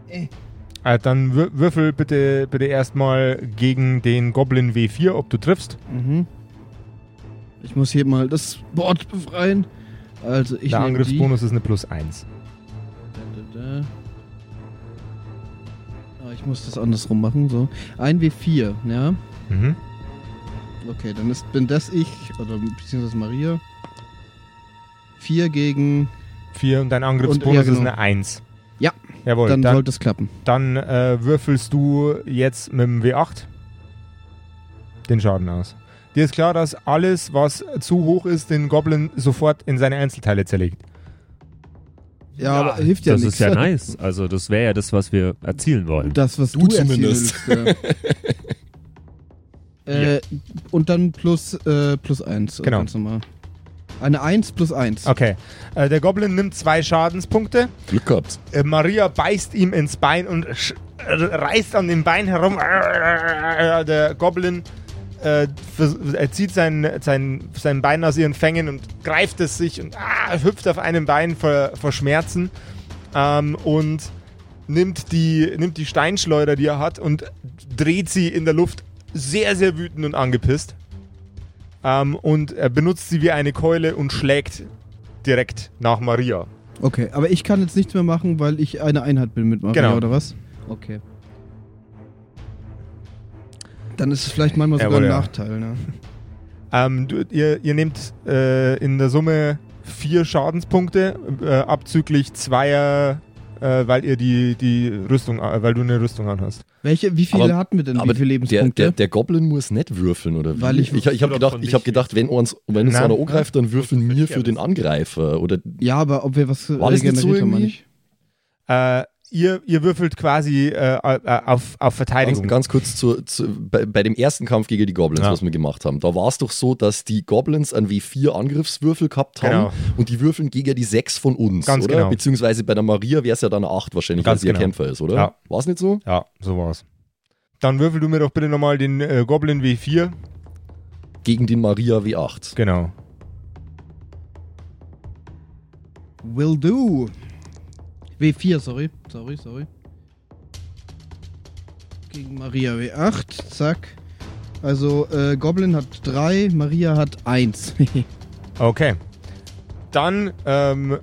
[SPEAKER 1] Äh, dann wür würfel bitte, bitte erstmal gegen den Goblin W4, ob du triffst.
[SPEAKER 3] Mhm. Ich muss hier mal das Board befreien. Also ich
[SPEAKER 1] Der
[SPEAKER 3] nehm die.
[SPEAKER 1] Angriffsbonus ist eine Plus 1.
[SPEAKER 3] Ah, Ich muss das andersrum machen, so. 1W4, ja.
[SPEAKER 1] Mhm.
[SPEAKER 3] Okay, dann ist, bin das ich, oder beziehungsweise Maria. 4 gegen.
[SPEAKER 1] 4 und dein Angriffsbonus
[SPEAKER 3] Und- ja, genau.
[SPEAKER 1] ist eine 1.
[SPEAKER 3] Ja.
[SPEAKER 1] Jawohl, dann,
[SPEAKER 3] Dann
[SPEAKER 1] dann,
[SPEAKER 3] sollte es klappen.
[SPEAKER 1] äh, würfelst du jetzt mit dem W8 den Schaden aus. Dir ist klar, dass alles, was zu hoch ist, den Goblin sofort in seine Einzelteile zerlegt.
[SPEAKER 3] Ja, aber hilft ja
[SPEAKER 5] das
[SPEAKER 3] nichts.
[SPEAKER 5] ist ja nice. Also, das wäre ja das, was wir erzielen wollen.
[SPEAKER 3] Das, was du,
[SPEAKER 4] Du
[SPEAKER 3] zumindest.
[SPEAKER 4] zumindest.
[SPEAKER 3] äh, Und dann plus, äh, plus 1.
[SPEAKER 1] Genau.
[SPEAKER 3] Ganz normal. Eine 1 plus 1.
[SPEAKER 1] Okay. Äh, der Goblin nimmt zwei Schadenspunkte.
[SPEAKER 4] Glück gehabt.
[SPEAKER 1] Äh, Maria beißt ihm ins Bein und sch- äh, reißt an dem Bein herum. Der Goblin äh, vers- er zieht sein, sein, sein Bein aus ihren Fängen und greift es sich und ah, hüpft auf einem Bein vor, vor Schmerzen ähm, und nimmt die, nimmt die Steinschleuder, die er hat, und dreht sie in der Luft sehr, sehr wütend und angepisst. Ähm, und er benutzt sie wie eine Keule und schlägt direkt nach Maria.
[SPEAKER 3] Okay, aber ich kann jetzt nichts mehr machen, weil ich eine Einheit bin mit Maria,
[SPEAKER 1] Genau.
[SPEAKER 3] oder was? Okay. Dann ist es vielleicht manchmal sogar
[SPEAKER 1] Jawohl,
[SPEAKER 3] ein
[SPEAKER 1] ja.
[SPEAKER 3] Nachteil, ne?
[SPEAKER 1] Ähm, du, ihr, ihr nehmt äh, in der Summe vier Schadenspunkte, äh, abzüglich zweier, äh, weil ihr die, die Rüstung, äh, weil du eine Rüstung anhast.
[SPEAKER 3] Welche, wie viele
[SPEAKER 4] Aber-
[SPEAKER 3] hatten wir denn?
[SPEAKER 4] Aber
[SPEAKER 3] wie viele
[SPEAKER 4] der,
[SPEAKER 3] Lebenspunkte?
[SPEAKER 4] der, der Goblin muss nicht würfeln, oder wie?
[SPEAKER 3] Weil ich-
[SPEAKER 4] ich, ich habe gedacht, ich hab gedacht, wenn uns, wenn uns
[SPEAKER 1] Nein.
[SPEAKER 4] einer angreift, dann würfeln wir für den Angreifer. Oder
[SPEAKER 3] ja, aber ob wir was
[SPEAKER 4] War das nicht so
[SPEAKER 3] regeneriert haben,
[SPEAKER 4] irgendwie?
[SPEAKER 3] nicht?
[SPEAKER 1] Äh, ihr, ihr würfelt quasi äh, äh, auf, auf
[SPEAKER 4] also
[SPEAKER 1] Verteidigung.
[SPEAKER 4] ganz kurz zu, zu, bei, bei dem ersten Kampf gegen die Goblins,
[SPEAKER 1] Ja.
[SPEAKER 4] was wir gemacht haben. Da war es doch so, dass die Goblins an W4 Angriffswürfel gehabt haben
[SPEAKER 1] Genau.
[SPEAKER 4] und die würfeln gegen die sechs von uns,
[SPEAKER 1] Ganz
[SPEAKER 4] oder?
[SPEAKER 1] genau.
[SPEAKER 4] Beziehungsweise bei der Maria wäre es ja dann eine 8 wahrscheinlich,
[SPEAKER 1] Ganz
[SPEAKER 4] weil sie
[SPEAKER 1] genau.
[SPEAKER 4] ihr Kämpfer ist, oder?
[SPEAKER 1] Ja.
[SPEAKER 4] War es nicht so?
[SPEAKER 1] ja, so war's. Dann würfel du mir doch bitte nochmal den äh, Goblin W4.
[SPEAKER 4] Gegen den Maria W8.
[SPEAKER 1] Genau.
[SPEAKER 3] Will do. W4, sorry. Sorry, sorry. Gegen Maria W8, zack. Also äh, Goblin hat 3, Maria hat 1.
[SPEAKER 1] Okay. Dann ähm,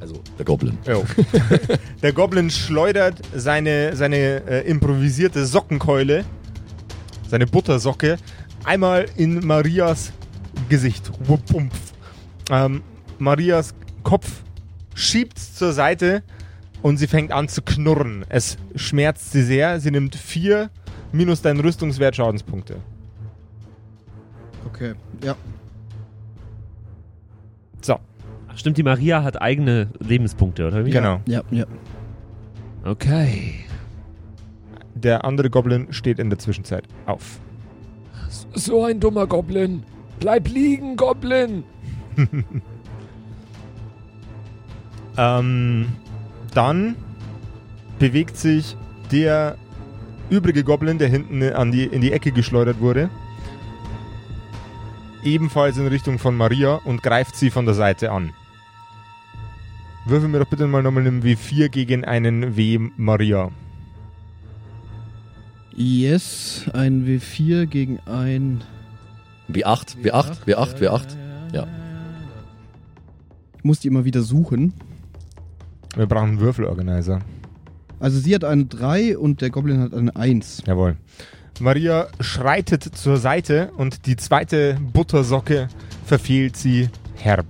[SPEAKER 4] Also der Goblin.
[SPEAKER 1] Jo. Der Goblin schleudert seine, seine äh, improvisierte Sockenkeule, seine Buttersocke, einmal in Marias Gesicht. Wupp, wumpf. Ähm, Marias Kopf schiebt zur Seite und sie fängt an zu knurren. Es schmerzt sie sehr. Sie nimmt vier minus deinen Rüstungswert Schadenspunkte.
[SPEAKER 3] okay, ja.
[SPEAKER 5] Ach, stimmt, die Maria hat eigene Lebenspunkte, oder wie?
[SPEAKER 1] Genau.
[SPEAKER 3] Ja, ja.
[SPEAKER 5] Okay.
[SPEAKER 1] Der andere Goblin steht in der Zwischenzeit auf.
[SPEAKER 2] So ein dummer Goblin. Bleib liegen, Goblin.
[SPEAKER 1] Ähm, dann bewegt sich der übrige Goblin, der hinten an die, in die Ecke geschleudert wurde, ebenfalls in Richtung von Maria und greift sie von der Seite an. Würfel mir doch bitte mal nochmal einen W4 gegen einen W Maria.
[SPEAKER 3] Yes, ein W4 gegen ein
[SPEAKER 4] W8, W8, W8, W8.
[SPEAKER 3] Ja.
[SPEAKER 4] Ja.
[SPEAKER 3] muss die immer wieder suchen.
[SPEAKER 1] Wir brauchen einen Würfelorganizer.
[SPEAKER 3] Also sie hat eine 3 und der Goblin hat eine 1.
[SPEAKER 1] Jawohl. Maria schreitet zur Seite und die zweite Buttersocke verfehlt sie herb.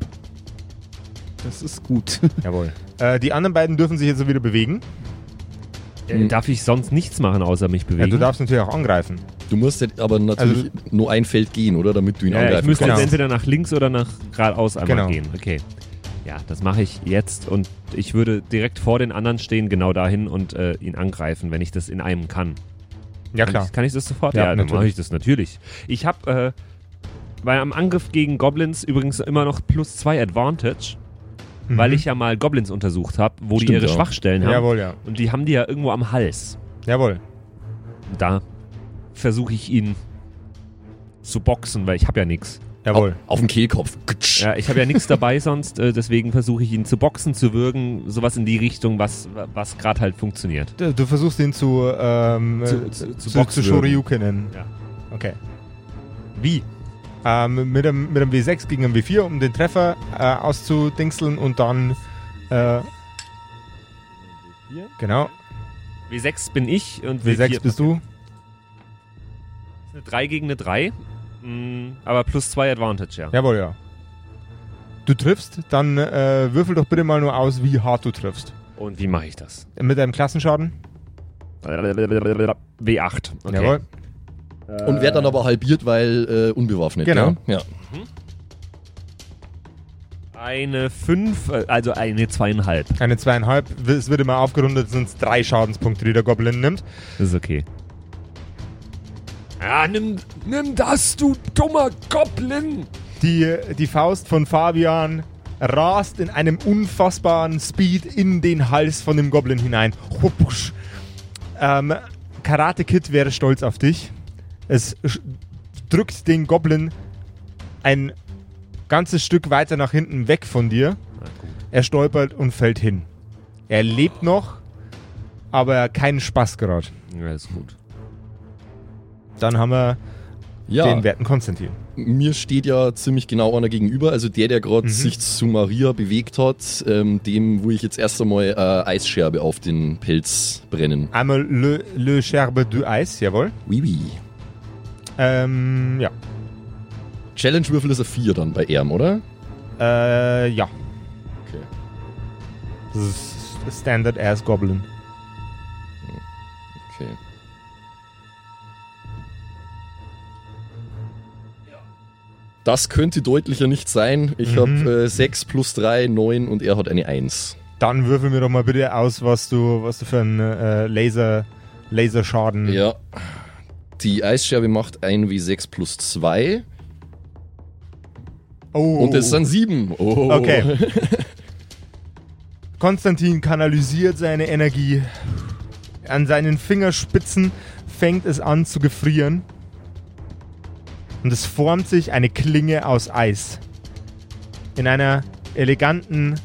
[SPEAKER 3] Das ist gut.
[SPEAKER 1] Jawohl. Äh, die anderen beiden dürfen sich jetzt wieder bewegen.
[SPEAKER 5] Äh, darf ich sonst nichts machen, außer mich bewegen?
[SPEAKER 1] Hm. Ja, du darfst natürlich auch angreifen.
[SPEAKER 4] Du musst jetzt aber natürlich
[SPEAKER 1] Also
[SPEAKER 4] nur ein Feld gehen, oder? Damit du ihn
[SPEAKER 5] Ja, ich
[SPEAKER 4] angreifen
[SPEAKER 5] müsste
[SPEAKER 4] kannst.
[SPEAKER 5] jetzt entweder nach links oder nach geradeaus einmal
[SPEAKER 1] Genau.
[SPEAKER 5] gehen. Okay. Ja, das mache ich jetzt und ich würde direkt vor den anderen stehen, genau dahin und äh, ihn angreifen, wenn ich das in einem kann.
[SPEAKER 1] Ja,
[SPEAKER 5] Kann
[SPEAKER 1] klar.
[SPEAKER 5] ich, kann ich das sofort?
[SPEAKER 1] Ja,
[SPEAKER 5] Ja, dann mache
[SPEAKER 1] natürlich.
[SPEAKER 5] ich das natürlich. Ich habe äh, bei einem Angriff gegen Goblins übrigens immer noch plus zwei Advantage, weil ich ja mal Goblins untersucht habe, wo die
[SPEAKER 4] Stimmt
[SPEAKER 5] ihre
[SPEAKER 4] auch.
[SPEAKER 5] Schwachstellen haben.
[SPEAKER 1] Mhm. Jawohl, ja.
[SPEAKER 5] Und die haben die ja irgendwo am Hals.
[SPEAKER 1] Jawohl.
[SPEAKER 5] Und da versuche ich ihn zu boxen, weil ich habe ja nichts.
[SPEAKER 1] Jawohl.
[SPEAKER 4] Auf den Kehlkopf. Ktsch.
[SPEAKER 5] Ja, ich habe ja nichts dabei sonst, äh, deswegen versuche ich ihn zu boxen, zu würgen, sowas in die Richtung, was, was gerade halt funktioniert.
[SPEAKER 1] Du, du versuchst ihn zu, ähm,
[SPEAKER 5] Zu-
[SPEAKER 1] äh,
[SPEAKER 5] zu- zu
[SPEAKER 1] zu, zu
[SPEAKER 5] Boxen würgen.
[SPEAKER 1] Shoryukenen.
[SPEAKER 5] Ja.
[SPEAKER 1] Okay.
[SPEAKER 5] Wie?
[SPEAKER 1] Ähm, mit, einem, mit einem W6 gegen einen W4, um den Treffer äh, auszudingseln und dann. Äh, genau.
[SPEAKER 5] W6 bin ich und
[SPEAKER 1] W6
[SPEAKER 5] W4
[SPEAKER 1] bist du.
[SPEAKER 5] Eine 3 gegen eine 3. Mm, aber plus 2 Advantage, ja.
[SPEAKER 1] Jawohl, ja. Du triffst, dann äh, würfel doch bitte mal nur aus, wie hart du triffst.
[SPEAKER 5] Und wie mache ich das?
[SPEAKER 1] Mit deinem Klassenschaden.
[SPEAKER 5] W8. Okay.
[SPEAKER 1] Jawohl.
[SPEAKER 4] Und werd dann aber halbiert, weil äh, unbewaffnet.
[SPEAKER 1] Genau.
[SPEAKER 4] Ne? Ja.
[SPEAKER 5] Eine 5, äh, also eine zweieinhalb.
[SPEAKER 1] Eine zweieinhalb. Es wird immer aufgerundet, sind es drei Schadenspunkte, die der Goblin nimmt.
[SPEAKER 5] Das ist okay.
[SPEAKER 2] Ja, nimm, nimm das, du dummer Goblin!
[SPEAKER 1] Die, äh, die Faust von Fabian rast in einem unfassbaren Speed in den Hals von dem Goblin hinein. Hupsch. Ähm, Karate Kid wäre stolz auf dich. Es sch- drückt den Goblin ein ganzes Stück weiter nach hinten weg von dir. Er stolpert und fällt hin. Er lebt noch, aber keinen Spaß gerade.
[SPEAKER 5] Ja, ist gut.
[SPEAKER 1] Dann haben wir
[SPEAKER 4] Ja,
[SPEAKER 1] den werten Konstantin.
[SPEAKER 4] mir steht ja ziemlich genau einer gegenüber. Also der, der
[SPEAKER 1] Mhm.
[SPEAKER 4] gerade sich zu Maria bewegt hat, ähm, dem, wo ich jetzt erst einmal äh, Eisscherbe auf den Pelz brennen.
[SPEAKER 1] Einmal Le, le Scherbe du Eis, jawohl.
[SPEAKER 4] Oui, oui.
[SPEAKER 1] Ähm, ja.
[SPEAKER 4] Challenge-Würfel ist ein 4 dann bei Erm, oder?
[SPEAKER 1] Äh, ja.
[SPEAKER 4] Okay.
[SPEAKER 1] Das ist Standard Ass Goblin.
[SPEAKER 4] Okay. Das könnte deutlicher nicht sein. Ich
[SPEAKER 1] Mhm.
[SPEAKER 4] habe äh, 6 plus 3, 9 und er hat eine 1.
[SPEAKER 1] Dann würfel mir doch mal bitte aus, was du, was du für einen äh, Laser, Laserschaden.
[SPEAKER 4] Ja. Die Eisscherbe macht 1 wie 6 plus 2
[SPEAKER 1] Oh.
[SPEAKER 4] und das sind 7. Oh.
[SPEAKER 1] Okay. Konstantin kanalisiert seine Energie. An seinen Fingerspitzen fängt es an zu gefrieren. Und es formt sich eine Klinge aus Eis. In einer eleganten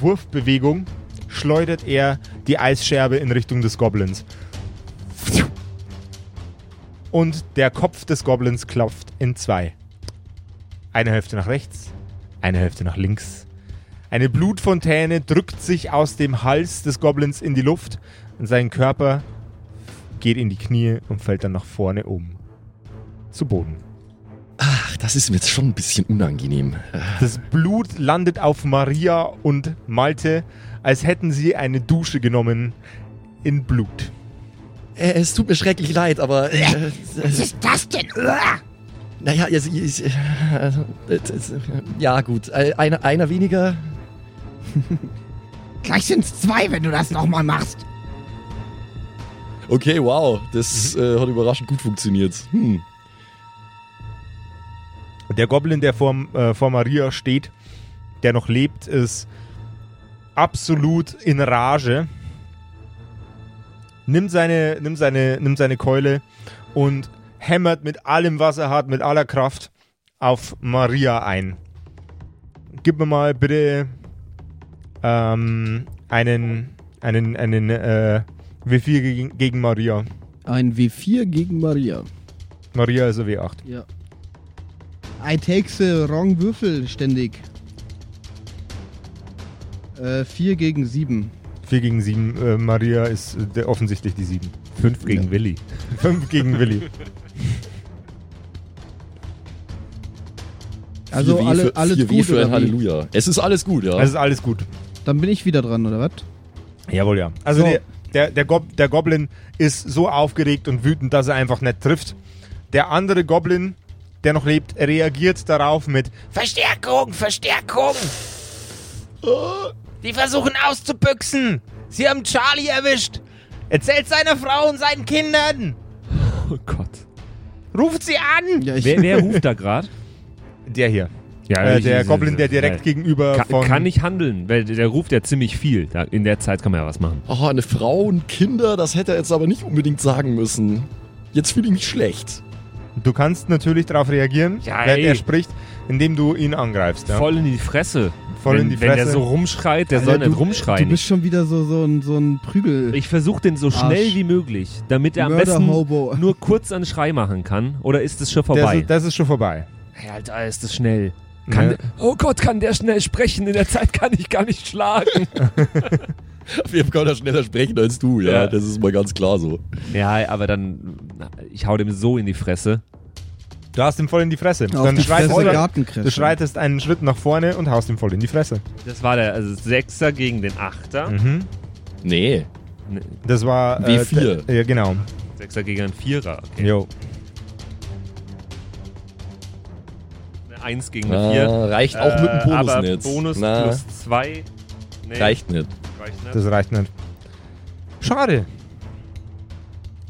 [SPEAKER 1] Wurfbewegung schleudert er die Eisscherbe in Richtung des Goblins. Und der Kopf des Goblins klopft in zwei. Eine Hälfte nach rechts, eine Hälfte nach links. Eine Blutfontäne drückt sich aus dem Hals des Goblins in die Luft und sein Körper geht in die Knie und fällt dann nach vorne um. Zu Boden.
[SPEAKER 4] Ach, das ist mir jetzt schon ein bisschen unangenehm.
[SPEAKER 1] Das Blut landet auf Maria und Malte, als hätten sie eine Dusche genommen in Blut.
[SPEAKER 4] Äh, es tut mir schrecklich leid, aber. Äh,
[SPEAKER 13] Was ist das denn? Äh. Uah!
[SPEAKER 4] naja, also, ich, ich, äh, das ist- ja, gut. Äh, Einer, einer weniger.
[SPEAKER 13] Gleich sind's zwei, wenn du das nochmal machst.
[SPEAKER 4] Okay, wow. Das äh, hat überraschend gut funktioniert. Hm.
[SPEAKER 1] Der Goblin, der vor, äh, vor Maria steht, der noch lebt, ist absolut in Rage. Nimmt seine, nimmt seine, nimmt seine Keule und hämmert mit allem, was er hat, mit aller Kraft auf Maria ein. Gib mir mal bitte ähm, einen, einen, einen äh, W4 gegen, gegen Maria.
[SPEAKER 3] Ein W4 gegen Maria.
[SPEAKER 1] Maria ist ein W8.
[SPEAKER 3] I takes the wrong Würfel ständig. Äh, 4 gegen 7.
[SPEAKER 1] 4 gegen 7. Äh, Maria ist äh, der, offensichtlich die 7.
[SPEAKER 5] Fünf gegen Willi.
[SPEAKER 1] 5 gegen Willi.
[SPEAKER 3] Also
[SPEAKER 4] Vier W
[SPEAKER 3] alle,
[SPEAKER 4] für,
[SPEAKER 3] alles
[SPEAKER 4] vier W
[SPEAKER 3] gut
[SPEAKER 4] für
[SPEAKER 3] oder
[SPEAKER 4] ein
[SPEAKER 3] wie?
[SPEAKER 4] Halleluja. Es ist alles gut, ja.
[SPEAKER 1] Es Also ist alles gut.
[SPEAKER 3] Dann bin ich wieder dran, oder was?
[SPEAKER 1] Jawohl, ja. Also
[SPEAKER 3] So.
[SPEAKER 1] der, der, der, Gob, der Goblin ist so aufgeregt und wütend, dass er einfach nicht trifft. Der andere Goblin, der noch lebt, reagiert darauf mit
[SPEAKER 14] Verstärkung, Verstärkung! Die versuchen auszubüchsen! Sie haben Charlie erwischt! Erzählt seiner Frau und seinen Kindern!
[SPEAKER 5] Oh Gott.
[SPEAKER 14] Ruft sie an!
[SPEAKER 3] Ja, ich,
[SPEAKER 5] Wer, wer ruft da gerade?
[SPEAKER 1] der hier.
[SPEAKER 5] Ja,
[SPEAKER 1] Äh,
[SPEAKER 5] ich-
[SPEAKER 1] der
[SPEAKER 5] ich-
[SPEAKER 1] Goblin, der direkt
[SPEAKER 5] Nein.
[SPEAKER 1] gegenüber
[SPEAKER 5] Kann,
[SPEAKER 1] von...
[SPEAKER 5] kann ich handeln, weil der ruft ja ziemlich viel. Da, in der Zeit kann man ja was machen.
[SPEAKER 4] Oh, eine Frau und Kinder, das hätte er jetzt aber nicht unbedingt sagen müssen. Jetzt fühle ich mich schlecht.
[SPEAKER 1] Du kannst natürlich darauf reagieren,
[SPEAKER 5] Ja,
[SPEAKER 1] wenn
[SPEAKER 5] ey.
[SPEAKER 1] er spricht, indem du ihn angreifst. Ja?
[SPEAKER 5] Voll in die Fresse.
[SPEAKER 1] Voll
[SPEAKER 5] wenn,
[SPEAKER 1] in die
[SPEAKER 5] Wenn der
[SPEAKER 1] Fresse.
[SPEAKER 5] so rumschreit, der soll
[SPEAKER 3] Alter,
[SPEAKER 5] nicht
[SPEAKER 3] du
[SPEAKER 5] rumschreien.
[SPEAKER 3] bist schon wieder so, so, ein, so ein Prügel.
[SPEAKER 5] ich versuche den so schnell
[SPEAKER 3] Arsch.
[SPEAKER 5] wie möglich, damit er am
[SPEAKER 3] Mörder
[SPEAKER 5] besten
[SPEAKER 3] Hobo.
[SPEAKER 5] nur kurz einen Schrei machen kann. Oder ist es schon
[SPEAKER 1] das,
[SPEAKER 5] vorbei?
[SPEAKER 1] ist, das ist schon vorbei.
[SPEAKER 5] hey, Alter, ist das schnell. Kann,
[SPEAKER 1] Ja.
[SPEAKER 5] Oh Gott, kann der schnell sprechen? In der Zeit kann ich gar nicht schlagen.
[SPEAKER 4] Wir können da schneller sprechen als du, ja.
[SPEAKER 5] Ja.
[SPEAKER 4] Das ist mal ganz klar so.
[SPEAKER 5] ja, aber dann, na, ich hau dem so in die Fresse.
[SPEAKER 1] Du hast ihm voll in die Fresse.
[SPEAKER 3] auf
[SPEAKER 1] Dann
[SPEAKER 3] die
[SPEAKER 1] schreitest
[SPEAKER 3] Fresse
[SPEAKER 1] du,
[SPEAKER 3] Gartenkräfte.
[SPEAKER 1] du schreitest einen Schritt nach vorne und haust ihm voll in die Fresse.
[SPEAKER 5] Das war der also Sechser gegen den Achter.
[SPEAKER 1] Mhm.
[SPEAKER 4] Nee.
[SPEAKER 1] Das war...
[SPEAKER 4] W4.
[SPEAKER 1] der- ja, genau.
[SPEAKER 5] Sechser gegen einen Vierer. Okay.
[SPEAKER 1] Jo.
[SPEAKER 5] Eine ne, Eins gegen eine Vier.
[SPEAKER 4] Ah, reicht auch mit dem
[SPEAKER 5] Äh,
[SPEAKER 4] Bonus
[SPEAKER 5] aber
[SPEAKER 4] nicht.
[SPEAKER 5] Bonus
[SPEAKER 4] Na,
[SPEAKER 5] plus zwei. Nee,
[SPEAKER 4] Reicht nicht.
[SPEAKER 5] reicht ne? nicht.
[SPEAKER 1] Das reicht nicht. Schade.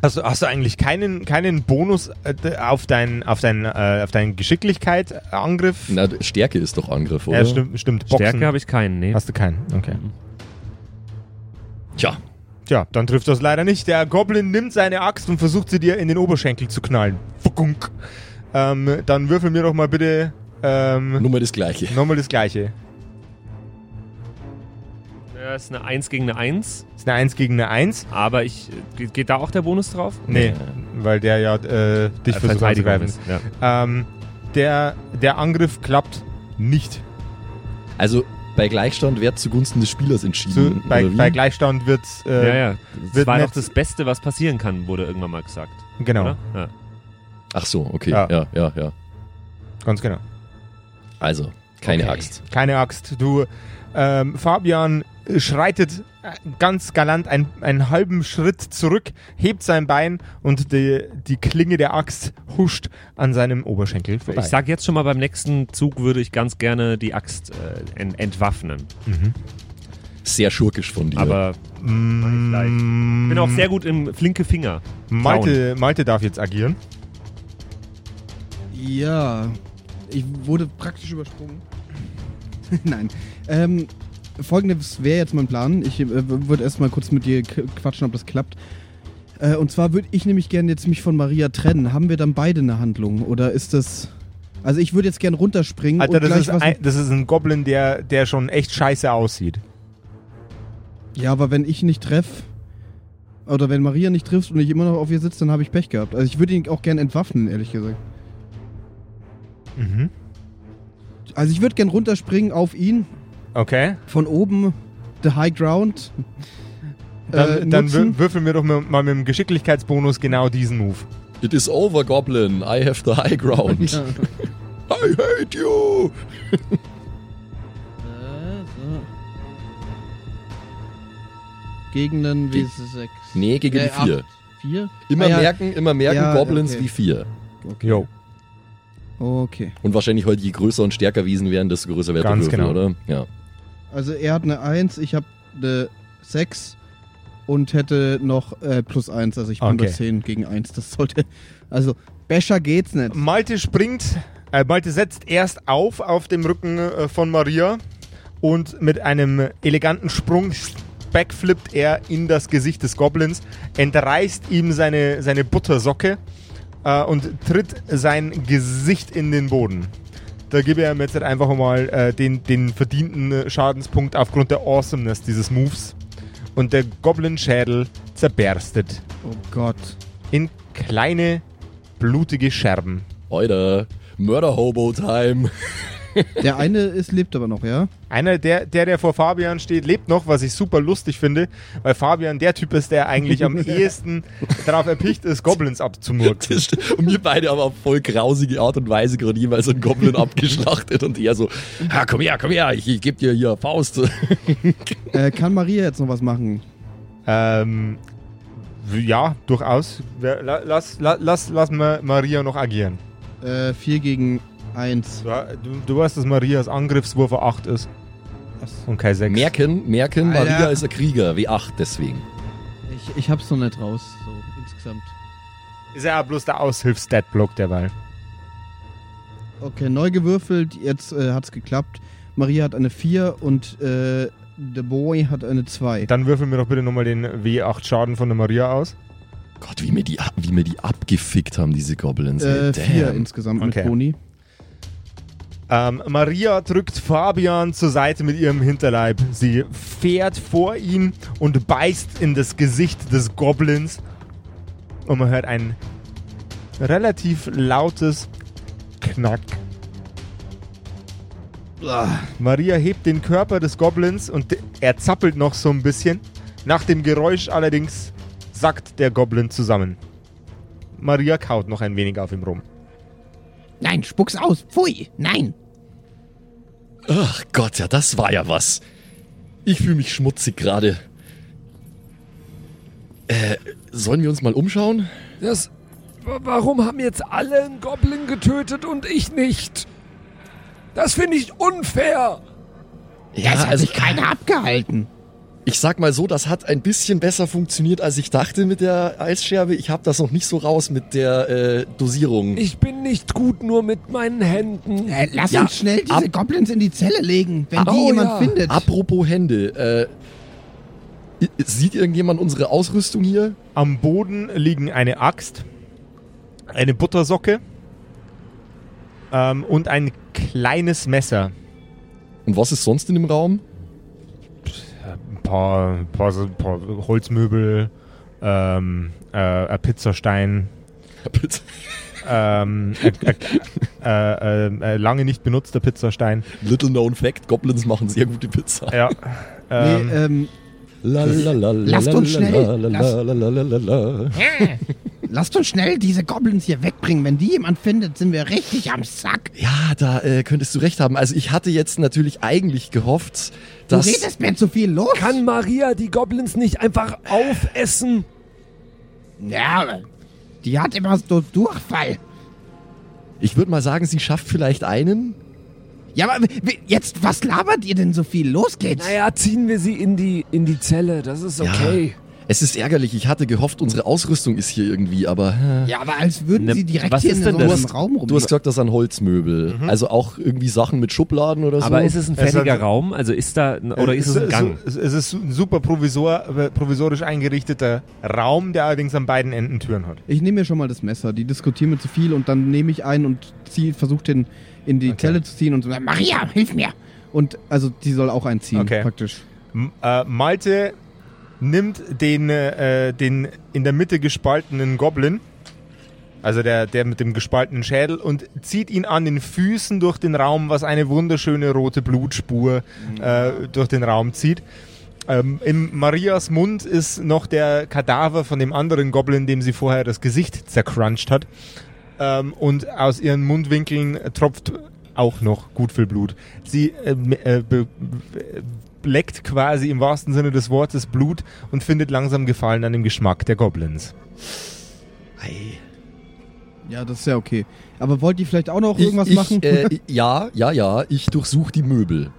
[SPEAKER 1] Hast du, hast du eigentlich keinen, keinen Bonus äh, d- auf deinen auf deinen, äh, auf deinen Geschicklichkeit äh, Angriff?
[SPEAKER 4] Na, Stärke ist doch Angriff, oder?
[SPEAKER 1] ja, stimmt, stimmt. Boxen.
[SPEAKER 5] Stärke habe ich keinen, nee.
[SPEAKER 1] Hast du keinen? Okay.
[SPEAKER 4] Tja,
[SPEAKER 1] Tja, dann trifft das leider nicht. Der Goblin nimmt seine Axt und versucht sie dir in den Oberschenkel zu knallen. Fuckunk. Ähm, dann würfel mir doch mal bitte ähm,
[SPEAKER 4] Nummer das gleiche.
[SPEAKER 1] nochmal das Gleiche.
[SPEAKER 5] Das ist eine Eins gegen eine Eins.
[SPEAKER 1] Ist eine 1 gegen eine 1?
[SPEAKER 5] Aber ich. Geht, geht da auch der Bonus drauf?
[SPEAKER 1] Nee, weil der ja äh, dich
[SPEAKER 5] Äh,
[SPEAKER 1] versucht
[SPEAKER 5] Verteidigung
[SPEAKER 1] anzugreifen.
[SPEAKER 5] ist, ja.
[SPEAKER 1] Ähm, der, der Angriff klappt nicht.
[SPEAKER 4] Also bei Gleichstand wird zugunsten des Spielers
[SPEAKER 1] Zu,
[SPEAKER 4] entschieden.
[SPEAKER 1] bei,
[SPEAKER 4] oder wie?
[SPEAKER 1] bei Gleichstand wird äh,
[SPEAKER 5] Hm, ja, ja. Das
[SPEAKER 1] wird
[SPEAKER 5] war
[SPEAKER 1] nett.
[SPEAKER 5] doch das Beste, was passieren kann, wurde irgendwann mal gesagt.
[SPEAKER 1] genau,
[SPEAKER 5] Oder? Ja.
[SPEAKER 4] Ach so, okay.
[SPEAKER 1] Ja.
[SPEAKER 4] Ja, ja, ja.
[SPEAKER 1] ganz genau.
[SPEAKER 4] Also, keine
[SPEAKER 1] Okay.
[SPEAKER 4] Axt.
[SPEAKER 1] Keine Axt. Du, ähm, Fabian schreitet äh, ganz galant ein, einen halben Schritt zurück, hebt sein Bein und die, die Klinge der Axt huscht an seinem Oberschenkel vorbei.
[SPEAKER 5] Ich sag jetzt schon mal, beim nächsten Zug würde ich ganz gerne die Axt äh, ent entwaffnen.
[SPEAKER 4] Sehr schurkisch von dir.
[SPEAKER 5] Aber
[SPEAKER 1] Mm.
[SPEAKER 5] mach ich gleich. Ich bin auch sehr gut im flinke Finger.
[SPEAKER 1] Malte, Malte darf jetzt agieren.
[SPEAKER 3] Ja, ich wurde praktisch übersprungen. Nein. Ähm, Folgendes wäre jetzt mein Plan. Ich äh, würde erstmal kurz mit dir k- quatschen, ob das klappt. Äh, und zwar würde ich nämlich gerne jetzt mich von Maria trennen. Haben wir dann beide eine Handlung? Oder ist das... Also ich würde jetzt gerne runterspringen
[SPEAKER 1] Alter,
[SPEAKER 3] und
[SPEAKER 1] das
[SPEAKER 3] gleich
[SPEAKER 1] ist,
[SPEAKER 3] was...
[SPEAKER 1] ein, das ist ein Goblin, der, der schon echt scheiße aussieht.
[SPEAKER 3] ja, aber wenn ich nicht treffe... Oder wenn Maria nicht trifft und ich immer noch auf ihr sitze, dann habe ich Pech gehabt. Also ich würde ihn auch gerne entwaffnen, ehrlich gesagt.
[SPEAKER 1] Mhm.
[SPEAKER 3] Also ich würde gerne runterspringen auf ihn
[SPEAKER 1] Okay.
[SPEAKER 3] von oben the high ground.
[SPEAKER 1] Dann,
[SPEAKER 3] äh,
[SPEAKER 1] dann
[SPEAKER 3] nutzen.
[SPEAKER 1] wür- würfeln wir doch mal mal mit dem Geschicklichkeitsbonus genau diesen Move.
[SPEAKER 4] It is over, Goblin. I have the high ground.
[SPEAKER 3] Ja.
[SPEAKER 4] I hate you.
[SPEAKER 3] Gegen den
[SPEAKER 4] Ge-
[SPEAKER 3] W6.
[SPEAKER 4] Nee, gegen
[SPEAKER 3] Äh,
[SPEAKER 4] die vier.
[SPEAKER 3] 4?
[SPEAKER 4] Immer
[SPEAKER 3] Ah, ja.
[SPEAKER 4] merken, immer merken,
[SPEAKER 3] Ja,
[SPEAKER 4] Goblins
[SPEAKER 3] okay.
[SPEAKER 4] wie vier.
[SPEAKER 1] Jo.
[SPEAKER 3] Oh, Okay.
[SPEAKER 4] Und wahrscheinlich heute, je größer und stärker Wiesen wären, desto größer wird
[SPEAKER 1] Ganz
[SPEAKER 4] der Würfel,
[SPEAKER 1] genau.
[SPEAKER 4] oder? Ja.
[SPEAKER 3] Also er hat eine 1, ich habe eine 6 und hätte noch äh, plus 1. Also ich bin
[SPEAKER 1] Okay.
[SPEAKER 3] bei 10 gegen 1. Das sollte. Also besser geht's nicht.
[SPEAKER 1] Malte springt, äh, Malte setzt erst auf auf dem Rücken äh, von Maria und mit einem eleganten Sprung backflippt er in das Gesicht des Goblins, entreißt ihm seine, seine Buttersocke äh, und tritt sein Gesicht in den Boden. Da gebe er ihm jetzt halt einfach mal äh, den, den verdienten äh, Schadenspunkt aufgrund der Awesomeness dieses Moves. Und der Goblin-Schädel zerberstet
[SPEAKER 3] Oh Gott.
[SPEAKER 1] in kleine, blutige Scherben.
[SPEAKER 4] Heute. Murder Hobo Time.
[SPEAKER 3] Der eine ist, lebt aber noch, ja?
[SPEAKER 1] Einer, der, der, der vor Fabian steht, lebt noch, was ich super lustig finde, weil Fabian der Typ ist, der eigentlich am ehesten darauf erpicht ist, Goblins abzumurksen.
[SPEAKER 4] Das stimmt. Und wir beide haben auf voll grausige Art und Weise gerade jeweils einen Goblin abgeschlachtet und er so, ha, komm her, komm her, ich, ich geb dir hier Faust.
[SPEAKER 3] Äh, kann Maria jetzt noch was machen?
[SPEAKER 1] Ähm, ja, durchaus. Wer- la- Lass, la- lass, lass Ma- Maria noch agieren.
[SPEAKER 3] Äh, 4 gegen 1.
[SPEAKER 1] Du, du, du weißt, dass Marias Angriffswurf ein 8 ist und kein 6.
[SPEAKER 4] merken, merken,
[SPEAKER 3] Alter.
[SPEAKER 4] Maria ist ein Krieger, W8 deswegen.
[SPEAKER 3] Ich, ich hab's noch nicht raus, so insgesamt.
[SPEAKER 1] Ist ja auch bloß der Aushilfs-Stat-Block derweil.
[SPEAKER 3] Okay, neu gewürfelt, jetzt äh, hat's geklappt. Maria hat eine 4 und äh, The Boy hat eine 2.
[SPEAKER 1] Dann würfeln wir doch bitte nochmal den W8-Schaden von der Maria aus.
[SPEAKER 4] Gott, wie mir die, wie mir die abgefickt haben, diese Goblins.
[SPEAKER 3] Äh,
[SPEAKER 4] ey.
[SPEAKER 3] 4
[SPEAKER 4] Damn.
[SPEAKER 3] insgesamt
[SPEAKER 1] Okay.
[SPEAKER 3] mit Boni.
[SPEAKER 1] Ähm, Maria drückt Fabian zur Seite mit ihrem Hinterleib. Sie fährt vor ihn und beißt in das Gesicht des Goblins. Und man hört ein relativ lautes Knack. Maria hebt den Körper des Goblins und er zappelt noch so ein bisschen. Nach dem Geräusch allerdings sackt der Goblin zusammen. Maria kaut noch ein wenig auf ihm rum.
[SPEAKER 13] Nein, spuck's aus. Pfui. Nein.
[SPEAKER 4] Ach Gott, ja, das war ja was. Ich fühle mich schmutzig gerade. Äh, sollen wir uns mal umschauen?
[SPEAKER 2] Das, wa- warum haben jetzt alle einen Goblin getötet und ich nicht? Das finde ich unfair.
[SPEAKER 4] Ja, also
[SPEAKER 13] Es hat sich keiner abgehalten.
[SPEAKER 4] Ich sag mal so, das hat ein bisschen besser funktioniert, als ich dachte mit der Eisscherbe. Ich habe das noch nicht so raus mit der äh, Dosierung.
[SPEAKER 2] Ich bin nicht gut nur mit meinen Händen.
[SPEAKER 13] Äh, lass
[SPEAKER 4] Ja,
[SPEAKER 13] uns schnell diese
[SPEAKER 4] ab-
[SPEAKER 13] Goblins in die Zelle legen, wenn die
[SPEAKER 2] Oh,
[SPEAKER 13] jemand
[SPEAKER 2] ja.
[SPEAKER 13] findet.
[SPEAKER 4] Apropos Hände, äh, i- sieht irgendjemand unsere Ausrüstung hier?
[SPEAKER 1] Am Boden liegen eine Axt, eine Buttersocke ähm, und ein kleines Messer.
[SPEAKER 4] Und was ist sonst in dem Raum?
[SPEAKER 1] Ein paar, ein paar, ein paar Holzmöbel, ähm, äh, ein Pizzastein, ähm, äh, äh, äh, äh, äh, lange nicht benutzter Pizzastein.
[SPEAKER 4] Little known fact, Goblins machen sehr gute Pizza.
[SPEAKER 1] Ja. Ähm,
[SPEAKER 3] nee, ähm,
[SPEAKER 13] Lasst uns schnell.
[SPEAKER 4] schnell.
[SPEAKER 13] Lasst uns schnell diese Goblins hier wegbringen. Wenn die jemand findet, sind wir richtig am Sack.
[SPEAKER 4] Ja, da äh, könntest du recht haben. Also ich hatte jetzt natürlich eigentlich gehofft,
[SPEAKER 13] Du
[SPEAKER 4] dass...
[SPEAKER 13] redest mir zu viel los.
[SPEAKER 2] Kann Maria die Goblins nicht einfach aufessen?
[SPEAKER 13] Ja, aber die hat immer so Durchfall.
[SPEAKER 4] Ich würde mal sagen, sie schafft vielleicht einen.
[SPEAKER 13] Ja, aber w- w- jetzt, was labert ihr denn so viel? Los geht's.
[SPEAKER 2] Naja, ziehen wir sie in die, in die Zelle. Das ist okay.
[SPEAKER 4] Es ist ärgerlich, ich hatte gehofft, unsere Ausrüstung ist hier irgendwie, aber... äh,
[SPEAKER 13] Ja, aber als würden
[SPEAKER 5] Ne,
[SPEAKER 13] sie direkt
[SPEAKER 5] was
[SPEAKER 13] hier
[SPEAKER 5] ist
[SPEAKER 13] in
[SPEAKER 5] denn
[SPEAKER 13] so einem
[SPEAKER 5] das?
[SPEAKER 13] Raum rum.
[SPEAKER 4] Du hast gesagt, das sind Holzmöbel. Also auch irgendwie Sachen mit Schubladen oder so.
[SPEAKER 5] Aber ist es ein
[SPEAKER 1] Mhm. Es hat-
[SPEAKER 5] fertiger Raum? Also ist da, oder ist es ein Gang?
[SPEAKER 1] Es es ist ein super provisor, äh, provisorisch eingerichteter Raum, der allerdings an beiden Enden Türen hat.
[SPEAKER 3] ich nehme mir schon mal das Messer. Die diskutieren mir zu viel und dann nehme ich einen und zieh, versuche den in die Zelle zu ziehen und so.
[SPEAKER 13] Maria, hilf mir.
[SPEAKER 3] Und also die soll auch einziehen,
[SPEAKER 1] Okay.
[SPEAKER 3] praktisch.
[SPEAKER 1] M äh, Malte nimmt den, äh, den in der Mitte gespaltenen Goblin, also der, der mit dem gespaltenen Schädel, und zieht ihn an den Füßen durch den Raum, was eine wunderschöne rote Blutspur äh, durch den Raum zieht. Ähm, in Marias Mund ist noch der Kadaver von dem anderen Goblin, dem sie vorher das Gesicht zercrunched hat. Ähm, und aus ihren Mundwinkeln tropft auch noch gut viel Blut. Sie ähm, äh, be be- leckt quasi im wahrsten Sinne des Wortes Blut und findet langsam Gefallen an dem Geschmack der Goblins.
[SPEAKER 4] Ei.
[SPEAKER 3] Ja, das ist ja okay. Aber wollt ihr vielleicht auch noch
[SPEAKER 4] Ich-
[SPEAKER 3] irgendwas
[SPEAKER 4] ich,
[SPEAKER 3] machen?
[SPEAKER 4] Äh, ja, ja, ja. Ich durchsuche die Möbel.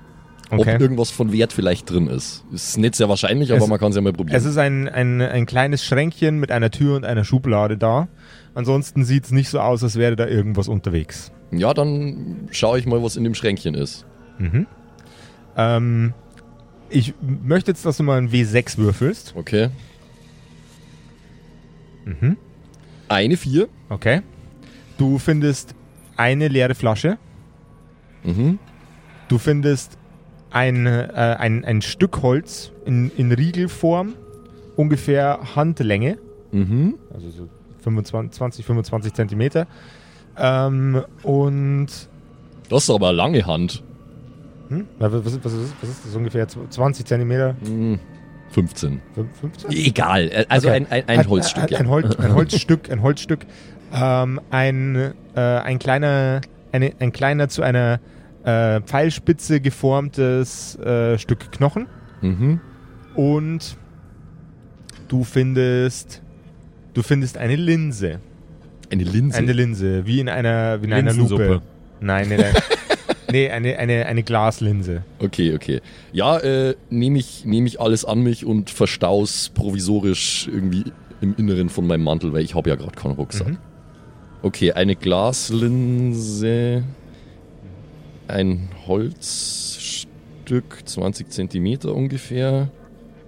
[SPEAKER 4] Ob
[SPEAKER 1] Okay.
[SPEAKER 4] irgendwas von Wert vielleicht drin ist. Ist nicht sehr wahrscheinlich, aber
[SPEAKER 1] Es-
[SPEAKER 4] man kann es ja mal probieren.
[SPEAKER 1] Es ist ein, ein, ein kleines Schränkchen mit einer Tür und einer Schublade da. Ansonsten sieht es nicht so aus, als wäre da irgendwas unterwegs.
[SPEAKER 4] ja, dann schaue ich mal, was in dem Schränkchen ist.
[SPEAKER 1] Ähm, ich möchte jetzt, dass du mal ein W6 würfelst.
[SPEAKER 4] Okay.
[SPEAKER 1] Mhm.
[SPEAKER 4] Eine vier.
[SPEAKER 1] Okay. Du findest eine leere Flasche.
[SPEAKER 4] Mhm.
[SPEAKER 1] Du findest ein, äh, ein, ein Stück Holz in, in Riegelform, ungefähr Handlänge,
[SPEAKER 4] Mhm.
[SPEAKER 1] also so 25, 20, 25 Zentimeter. Ähm, und
[SPEAKER 4] Das ist aber eine lange Hand.
[SPEAKER 1] Hm? Na, Was, was, was, ist- was ist das ungefähr? 20 Zentimeter?
[SPEAKER 4] Hm, 15.
[SPEAKER 1] Fünf- 15?
[SPEAKER 4] Egal, äh, also
[SPEAKER 1] Okay. äh,
[SPEAKER 4] ein, ein, ein Holzstück.
[SPEAKER 1] Ein, ein, Holz, ein Holzstück, ein Holzstück. Ähm, ein, äh, ein kleiner, eine, ein kleiner zu einer äh, Pfeilspitze geformtes äh, Stück Knochen.
[SPEAKER 4] ja. mhm.
[SPEAKER 1] Und du findest, du findest eine Linse.
[SPEAKER 4] Eine Linse.
[SPEAKER 1] Eine Linse, wie in einer, wie in einer
[SPEAKER 5] Linsensuppe.
[SPEAKER 1] Lupe. Nein, nein, nein. nee, eine, eine, eine Glaslinse.
[SPEAKER 4] Okay, okay. Ja, äh, nehme ich, nehm ich alles an mich und verstau's provisorisch irgendwie im Inneren von meinem Mantel, weil ich habe ja gerade keinen Rucksack.
[SPEAKER 1] Mhm.
[SPEAKER 4] Okay, eine Glaslinse, ein Holzstück, 20 Zentimeter ungefähr.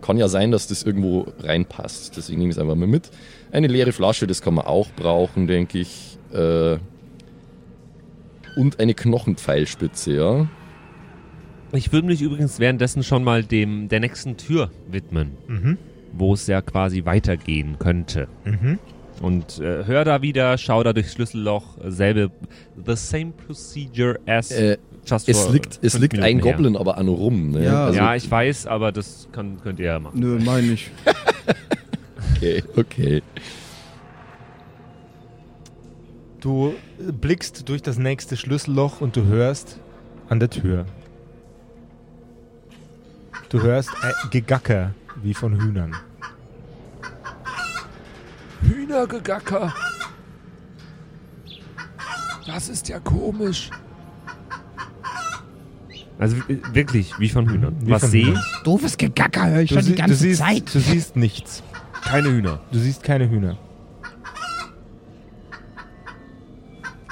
[SPEAKER 4] Kann ja sein, dass das irgendwo reinpasst, deswegen nehme ich es einfach mal mit. Eine leere Flasche, das kann man auch brauchen, denke ich. Äh, und eine Knochenpfeilspitze, ja.
[SPEAKER 5] Ich würde mich übrigens währenddessen schon mal dem der nächsten Tür widmen,
[SPEAKER 1] Mhm.
[SPEAKER 5] wo es ja quasi weitergehen könnte.
[SPEAKER 1] Mhm.
[SPEAKER 5] Und äh, hör da wieder, schau da durchs Schlüsselloch, äh, selbe, the same procedure as
[SPEAKER 4] Äh,
[SPEAKER 5] just
[SPEAKER 4] Es
[SPEAKER 5] for
[SPEAKER 4] liegt, es
[SPEAKER 5] fünf
[SPEAKER 4] liegt
[SPEAKER 5] Minuten
[SPEAKER 4] ein
[SPEAKER 5] her.
[SPEAKER 4] Goblin aber an rum. Ne?
[SPEAKER 3] Ja.
[SPEAKER 4] also,
[SPEAKER 5] ja, ich weiß, aber das kann, könnt ihr ja machen.
[SPEAKER 3] Nö, meine ich.
[SPEAKER 4] okay, okay.
[SPEAKER 1] Du blickst durch das nächste Schlüsselloch und du hörst an der Tür. Du hörst ein Gegacker wie von Hühnern.
[SPEAKER 2] Hühnergegacker. Das ist ja komisch.
[SPEAKER 5] Also w- wirklich, wie von Hühnern.
[SPEAKER 1] Mhm. Wie
[SPEAKER 5] Was
[SPEAKER 1] von
[SPEAKER 5] sehe
[SPEAKER 1] Hühnern.
[SPEAKER 5] ich?
[SPEAKER 13] Doofes Gegacker höre ich schon die
[SPEAKER 1] sie- du,
[SPEAKER 13] ganze
[SPEAKER 1] siehst,
[SPEAKER 13] Zeit.
[SPEAKER 1] du siehst nichts.
[SPEAKER 5] Keine Hühner.
[SPEAKER 1] Du siehst keine Hühner.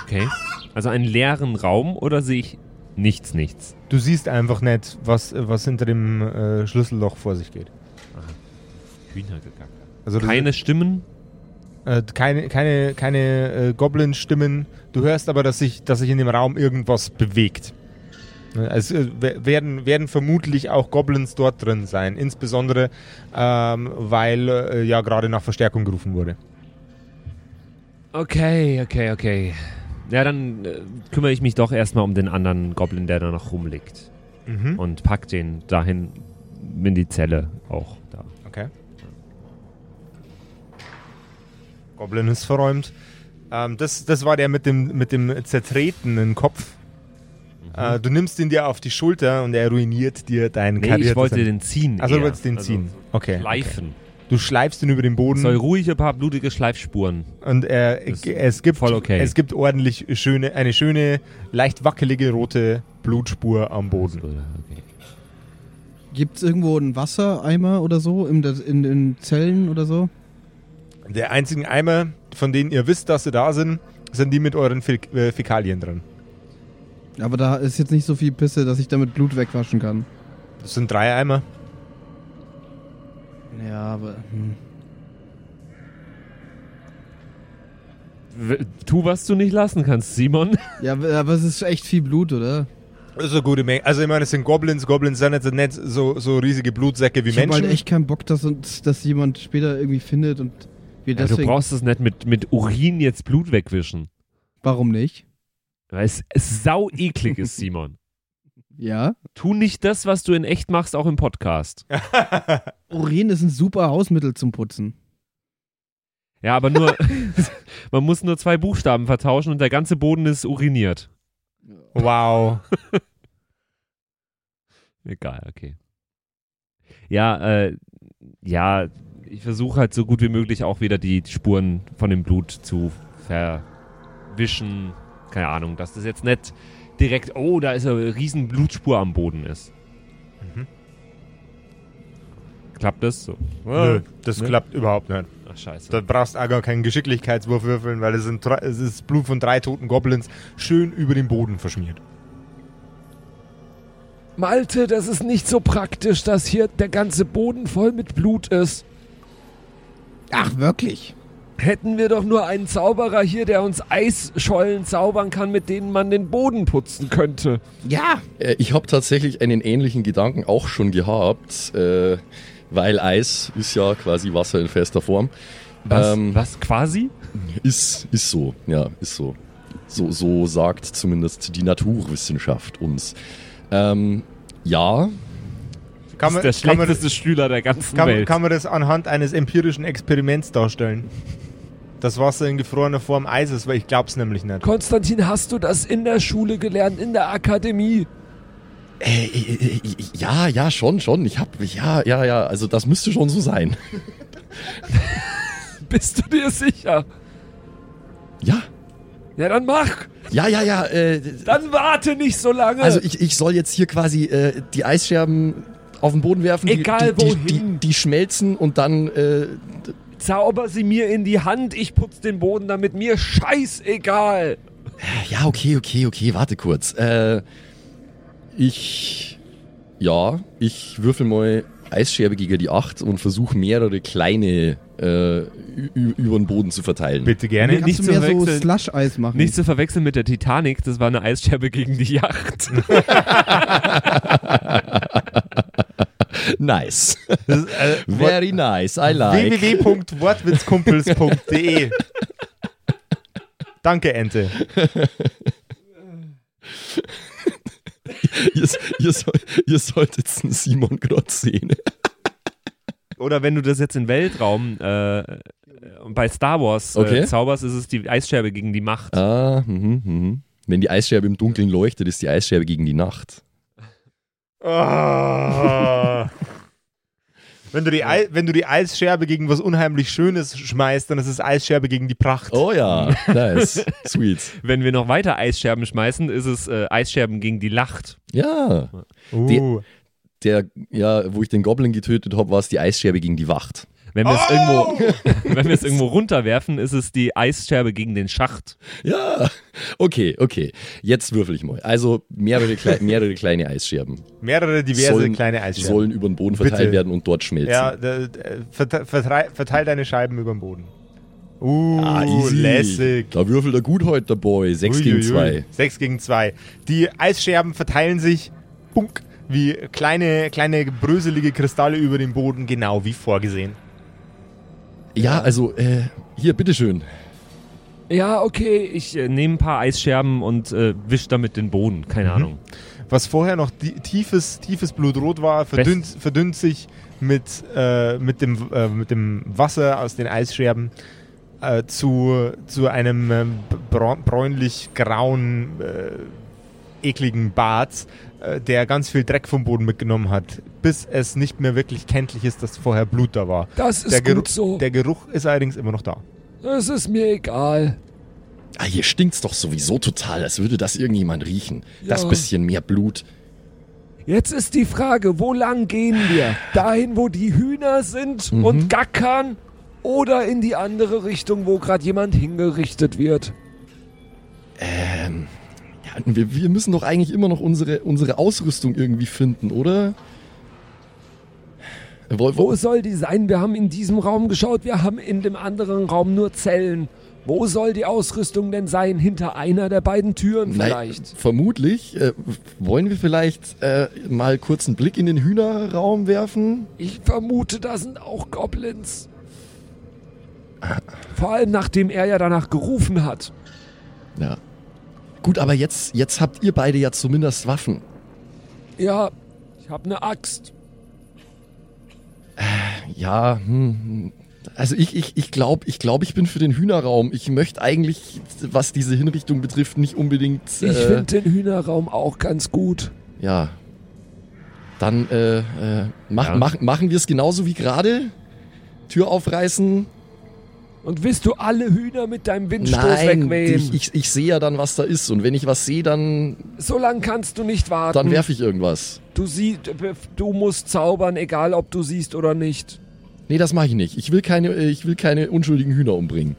[SPEAKER 5] Okay. Also einen leeren Raum oder sehe ich nichts, nichts?
[SPEAKER 1] Du siehst einfach nicht, was, was hinter dem äh, Schlüsselloch vor sich geht.
[SPEAKER 5] Hühnergegacker.
[SPEAKER 1] Also du-
[SPEAKER 5] Keine Stimmen?
[SPEAKER 1] Äh, keine keine, keine äh, Goblin-Stimmen. Du hörst aber, dass sich, dass sich in dem Raum irgendwas bewegt. Ne, Es äh, we- werden, werden vermutlich auch Goblins dort drin sein. Insbesondere, ähm, weil äh, ja gerade nach Verstärkung gerufen wurde.
[SPEAKER 5] Okay, okay, okay. Ja, dann äh, kümmere ich mich doch erstmal um den anderen Goblin, der da noch rumliegt.
[SPEAKER 1] Mhm.
[SPEAKER 5] Und pack den dahin in die Zelle auch da.
[SPEAKER 1] Okay. Goblin ist verräumt. Ähm, das, das war der mit dem, mit dem zertretenen Kopf.
[SPEAKER 5] Mhm.
[SPEAKER 1] Äh, du nimmst ihn dir auf die Schulter und er ruiniert dir deinen
[SPEAKER 5] Nee,
[SPEAKER 1] Karriere.
[SPEAKER 5] ich wollte den ziehen.
[SPEAKER 1] Also du
[SPEAKER 5] eher.
[SPEAKER 1] wolltest den
[SPEAKER 5] Also
[SPEAKER 1] ziehen.
[SPEAKER 5] so
[SPEAKER 1] Okay. Mhm.
[SPEAKER 5] Schleifen.
[SPEAKER 1] Du schleifst ihn über den Boden
[SPEAKER 5] Soll ruhig ein paar blutige Schleifspuren.
[SPEAKER 1] und er,
[SPEAKER 5] Ist
[SPEAKER 1] es, gibt,
[SPEAKER 5] voll okay.
[SPEAKER 1] es gibt ordentlich schöne, eine schöne, leicht wackelige rote Blutspur am Boden.
[SPEAKER 5] Okay.
[SPEAKER 3] Gibt es irgendwo einen Wassereimer oder so in, der, in den Zellen oder so?
[SPEAKER 1] Der einzigen Eimer, von denen ihr wisst, dass sie da sind, sind die mit euren Fä äh, Fäkalien drin.
[SPEAKER 3] Aber da ist jetzt nicht so viel Pisse, dass ich damit Blut wegwaschen kann.
[SPEAKER 1] Das sind drei Eimer.
[SPEAKER 3] Ja, aber. Hm.
[SPEAKER 5] W- Tu, was du nicht lassen kannst, Simon.
[SPEAKER 3] Ja, w- aber es ist echt viel Blut, oder?
[SPEAKER 1] Das ist eine gute Menge. Also ich meine, es sind Goblins. Goblins sind jetzt nicht so, so riesige Blutsäcke wie
[SPEAKER 3] ich hab
[SPEAKER 1] Menschen.
[SPEAKER 3] halt echt keinen Bock, dass uns dass jemand später irgendwie findet und wir
[SPEAKER 5] Ja, du
[SPEAKER 3] deswegen.
[SPEAKER 5] brauchst es nicht mit, mit Urin jetzt Blut wegwischen.
[SPEAKER 3] Warum nicht?
[SPEAKER 5] Weil es, es sau eklig ist, Simon.
[SPEAKER 3] Ja.
[SPEAKER 5] Tu nicht das, was du in echt machst, auch im Podcast.
[SPEAKER 3] Urin ist ein super Hausmittel zum Putzen.
[SPEAKER 5] Ja, aber nur, man muss nur zwei Buchstaben vertauschen und der ganze Boden ist uriniert.
[SPEAKER 1] wow.
[SPEAKER 5] Egal, okay. Ja, äh, ja, ich versuche halt so gut wie möglich auch wieder die Spuren von dem Blut zu verwischen. Keine Ahnung, dass das jetzt nicht direkt, oh, da ist eine riesen Blutspur am Boden ist. Klappt das so?
[SPEAKER 1] Nö, das
[SPEAKER 5] Ne?
[SPEAKER 1] klappt überhaupt nicht.
[SPEAKER 5] Ach, scheiße.
[SPEAKER 1] Da brauchst du auch gar keinen Geschicklichkeitswurf würfeln, weil es, sind drei, es ist Blut von drei toten Goblins schön über den Boden verschmiert.
[SPEAKER 2] Malte, das ist nicht so praktisch, dass hier der ganze Boden voll mit Blut ist.
[SPEAKER 13] Ach, wirklich?
[SPEAKER 2] Hätten wir doch nur einen Zauberer hier, der uns Eisschollen zaubern kann, mit denen man den Boden putzen könnte.
[SPEAKER 13] Ja.
[SPEAKER 4] Äh, ich habe tatsächlich einen ähnlichen Gedanken auch schon gehabt, äh, weil Eis ist ja quasi Wasser in fester Form.
[SPEAKER 5] was,
[SPEAKER 4] ähm,
[SPEAKER 5] was quasi?
[SPEAKER 4] Ist, ist so, ja, ist so. So, so sagt zumindest die Naturwissenschaft uns. Ähm, ja,
[SPEAKER 1] Kann man, kann, man
[SPEAKER 5] der
[SPEAKER 1] das,
[SPEAKER 5] schlechteste Schüler der ganzen
[SPEAKER 1] kann,
[SPEAKER 5] Welt.
[SPEAKER 1] kann man das anhand eines empirischen Experiments darstellen? Das Wasser in gefrorener Form Eis ist, weil ich glaub's nämlich nicht.
[SPEAKER 2] Konstantin, hast du das in der Schule gelernt, in der Akademie?
[SPEAKER 4] Äh, äh, äh, ja, ja, schon, schon. Ich hab, ja, ja, ja, also das müsste schon so sein.
[SPEAKER 2] Bist du dir sicher?
[SPEAKER 4] Ja,
[SPEAKER 2] Ja, dann mach!
[SPEAKER 4] ja, ja, ja. Äh,
[SPEAKER 2] Dann warte nicht so lange!
[SPEAKER 4] also ich, ich soll jetzt hier quasi äh, die Eisscherben auf den Boden werfen.
[SPEAKER 2] Egal
[SPEAKER 4] die, die, die, die,
[SPEAKER 2] wohin.
[SPEAKER 4] die schmelzen und dann, äh,
[SPEAKER 2] Zauber sie mir in die Hand, ich putz den Boden damit, mir scheißegal!
[SPEAKER 4] ja, okay, okay, okay, warte kurz. Äh, ich, ja, ich würfel mal Eisscherbe gegen die 8 und versuche mehrere kleine äh, ü- über den Boden zu verteilen.
[SPEAKER 1] Bitte gerne.
[SPEAKER 5] Nicht
[SPEAKER 3] Kannst
[SPEAKER 5] zu
[SPEAKER 3] du mehr so
[SPEAKER 5] verwechseln.
[SPEAKER 3] Slush-Eis machen?
[SPEAKER 5] Nicht zu verwechseln mit der Titanic, das war eine Eisscherbe gegen die Yacht.
[SPEAKER 4] Nice.
[SPEAKER 1] äh,
[SPEAKER 4] Very nice, I like.
[SPEAKER 1] www.wortwitzkumpels.de Danke, Ente.
[SPEAKER 4] ihr, ihr, soll, ihr solltet einen Simon gerade sehen.
[SPEAKER 5] Oder wenn du das jetzt im Weltraum äh, äh, bei Star Wars
[SPEAKER 4] Okay.
[SPEAKER 5] äh, zauberst, ist es die Eisscherbe gegen die Macht.
[SPEAKER 4] Ah, mhm, mhm. Wenn die Eisscherbe im Dunkeln leuchtet, ist die Eisscherbe gegen die Nacht.
[SPEAKER 1] Wenn du, die Ei wenn du die Eisscherbe gegen was unheimlich Schönes schmeißt, dann ist es Eisscherbe gegen die Pracht.
[SPEAKER 4] Oh ja, nice. Sweet.
[SPEAKER 5] Wenn wir noch weiter Eisscherben schmeißen, ist es äh, Eisscherben gegen die Lacht.
[SPEAKER 4] Ja.
[SPEAKER 1] Uh.
[SPEAKER 4] Der, ja, wo ich den Goblin getötet habe, war es die Eisscherbe gegen die Wacht.
[SPEAKER 5] Wenn wir, es
[SPEAKER 2] Oh!
[SPEAKER 5] irgendwo, wenn wir es irgendwo runterwerfen, ist es die Eisscherbe gegen den Schacht.
[SPEAKER 4] Ja. Okay, okay. Jetzt würfel ich mal. Also mehrere, klei mehrere kleine Eisscherben.
[SPEAKER 1] Mehrere diverse
[SPEAKER 4] sollen,
[SPEAKER 1] kleine Eisscherben.
[SPEAKER 4] Sollen über den Boden verteilt
[SPEAKER 1] Bitte.
[SPEAKER 4] werden und dort schmelzen.
[SPEAKER 1] Ja, da- da- verteil, verteil, verteil deine Scheiben über den Boden. Uh,
[SPEAKER 4] Ah, easy.
[SPEAKER 1] lässig.
[SPEAKER 4] Da würfelt er gut heute, der Boy. Sechs gegen zwei.
[SPEAKER 1] 6 gegen 2. Die Eisscherben verteilen sich bunk, wie kleine, kleine bröselige Kristalle über dem Boden, genau wie vorgesehen.
[SPEAKER 4] Ja, also, äh, hier, bitteschön.
[SPEAKER 2] Ja, okay, ich.
[SPEAKER 5] Ich äh, nehme ein paar Eisscherben und äh, wisch damit den Boden. Keine
[SPEAKER 2] Mhm.
[SPEAKER 5] Ahnung.
[SPEAKER 1] Was vorher noch die, tiefes, tiefes Blutrot war, verdünnt, verdünnt sich mit, äh, mit, dem, äh, mit dem Wasser aus den Eisscherben äh, zu, zu einem ähm, bra- bräunlich-grauen, äh, ekligen Bart, äh, der ganz viel Dreck vom Boden mitgenommen hat, bis es nicht mehr wirklich kenntlich ist, dass vorher Blut da war.
[SPEAKER 2] Das
[SPEAKER 1] Der
[SPEAKER 2] ist
[SPEAKER 1] Geruch-
[SPEAKER 2] gut so.
[SPEAKER 1] Der Geruch ist allerdings immer noch da.
[SPEAKER 2] Das ist mir egal.
[SPEAKER 4] Ah, hier stinkt's doch sowieso total, als würde das irgendjemand riechen. Das
[SPEAKER 2] Ja.
[SPEAKER 4] bisschen mehr Blut.
[SPEAKER 2] Jetzt ist die Frage, wo lang gehen wir? Dahin, wo die Hühner sind und gackern? Oder in die andere Richtung, wo gerade jemand hingerichtet wird?
[SPEAKER 4] Ja, wir, wir müssen doch eigentlich immer noch unsere, unsere Ausrüstung irgendwie finden, oder? Wo,
[SPEAKER 2] Wo
[SPEAKER 4] wo,
[SPEAKER 2] soll die sein? Wir haben in diesem Raum geschaut, wir haben in dem anderen Raum nur Zellen. Wo soll die Ausrüstung denn sein? Hinter einer der beiden Türen
[SPEAKER 4] Nein,
[SPEAKER 2] vielleicht?
[SPEAKER 4] vermutlich. Äh, wollen wir vielleicht äh, mal kurz einen Blick in den Hühnerraum werfen?
[SPEAKER 2] Ich vermute, da sind auch Goblins.
[SPEAKER 4] Ah.
[SPEAKER 2] Vor allem, nachdem er ja danach gerufen hat.
[SPEAKER 4] Ja. Gut, aber jetzt, jetzt habt ihr beide ja zumindest Waffen.
[SPEAKER 2] Ja, ich habe eine Axt.
[SPEAKER 4] Ja, hm. hm. Also ich, ich, ich glaube, ich, glaub, ich bin für den Hühnerraum. Ich möchte eigentlich, was diese Hinrichtung betrifft, nicht unbedingt...
[SPEAKER 2] Ich
[SPEAKER 4] äh,
[SPEAKER 2] finde den Hühnerraum auch ganz gut.
[SPEAKER 4] Ja. Dann äh, äh, mach,
[SPEAKER 5] Ja.
[SPEAKER 4] Mach, machen wir es genauso wie gerade. Tür aufreißen.
[SPEAKER 2] Und willst du alle Hühner mit deinem Windstoß
[SPEAKER 4] Nein,
[SPEAKER 2] wegwehen?
[SPEAKER 4] ich, ich, ich sehe ja dann, was da ist. Und wenn ich was sehe, dann,
[SPEAKER 2] so lange kannst du nicht warten.
[SPEAKER 4] dann werfe ich irgendwas.
[SPEAKER 2] du, sie du musst zaubern, egal ob du siehst oder nicht.
[SPEAKER 4] Nee, das mache ich nicht. Ich will, keine, äh, ich will keine unschuldigen Hühner umbringen.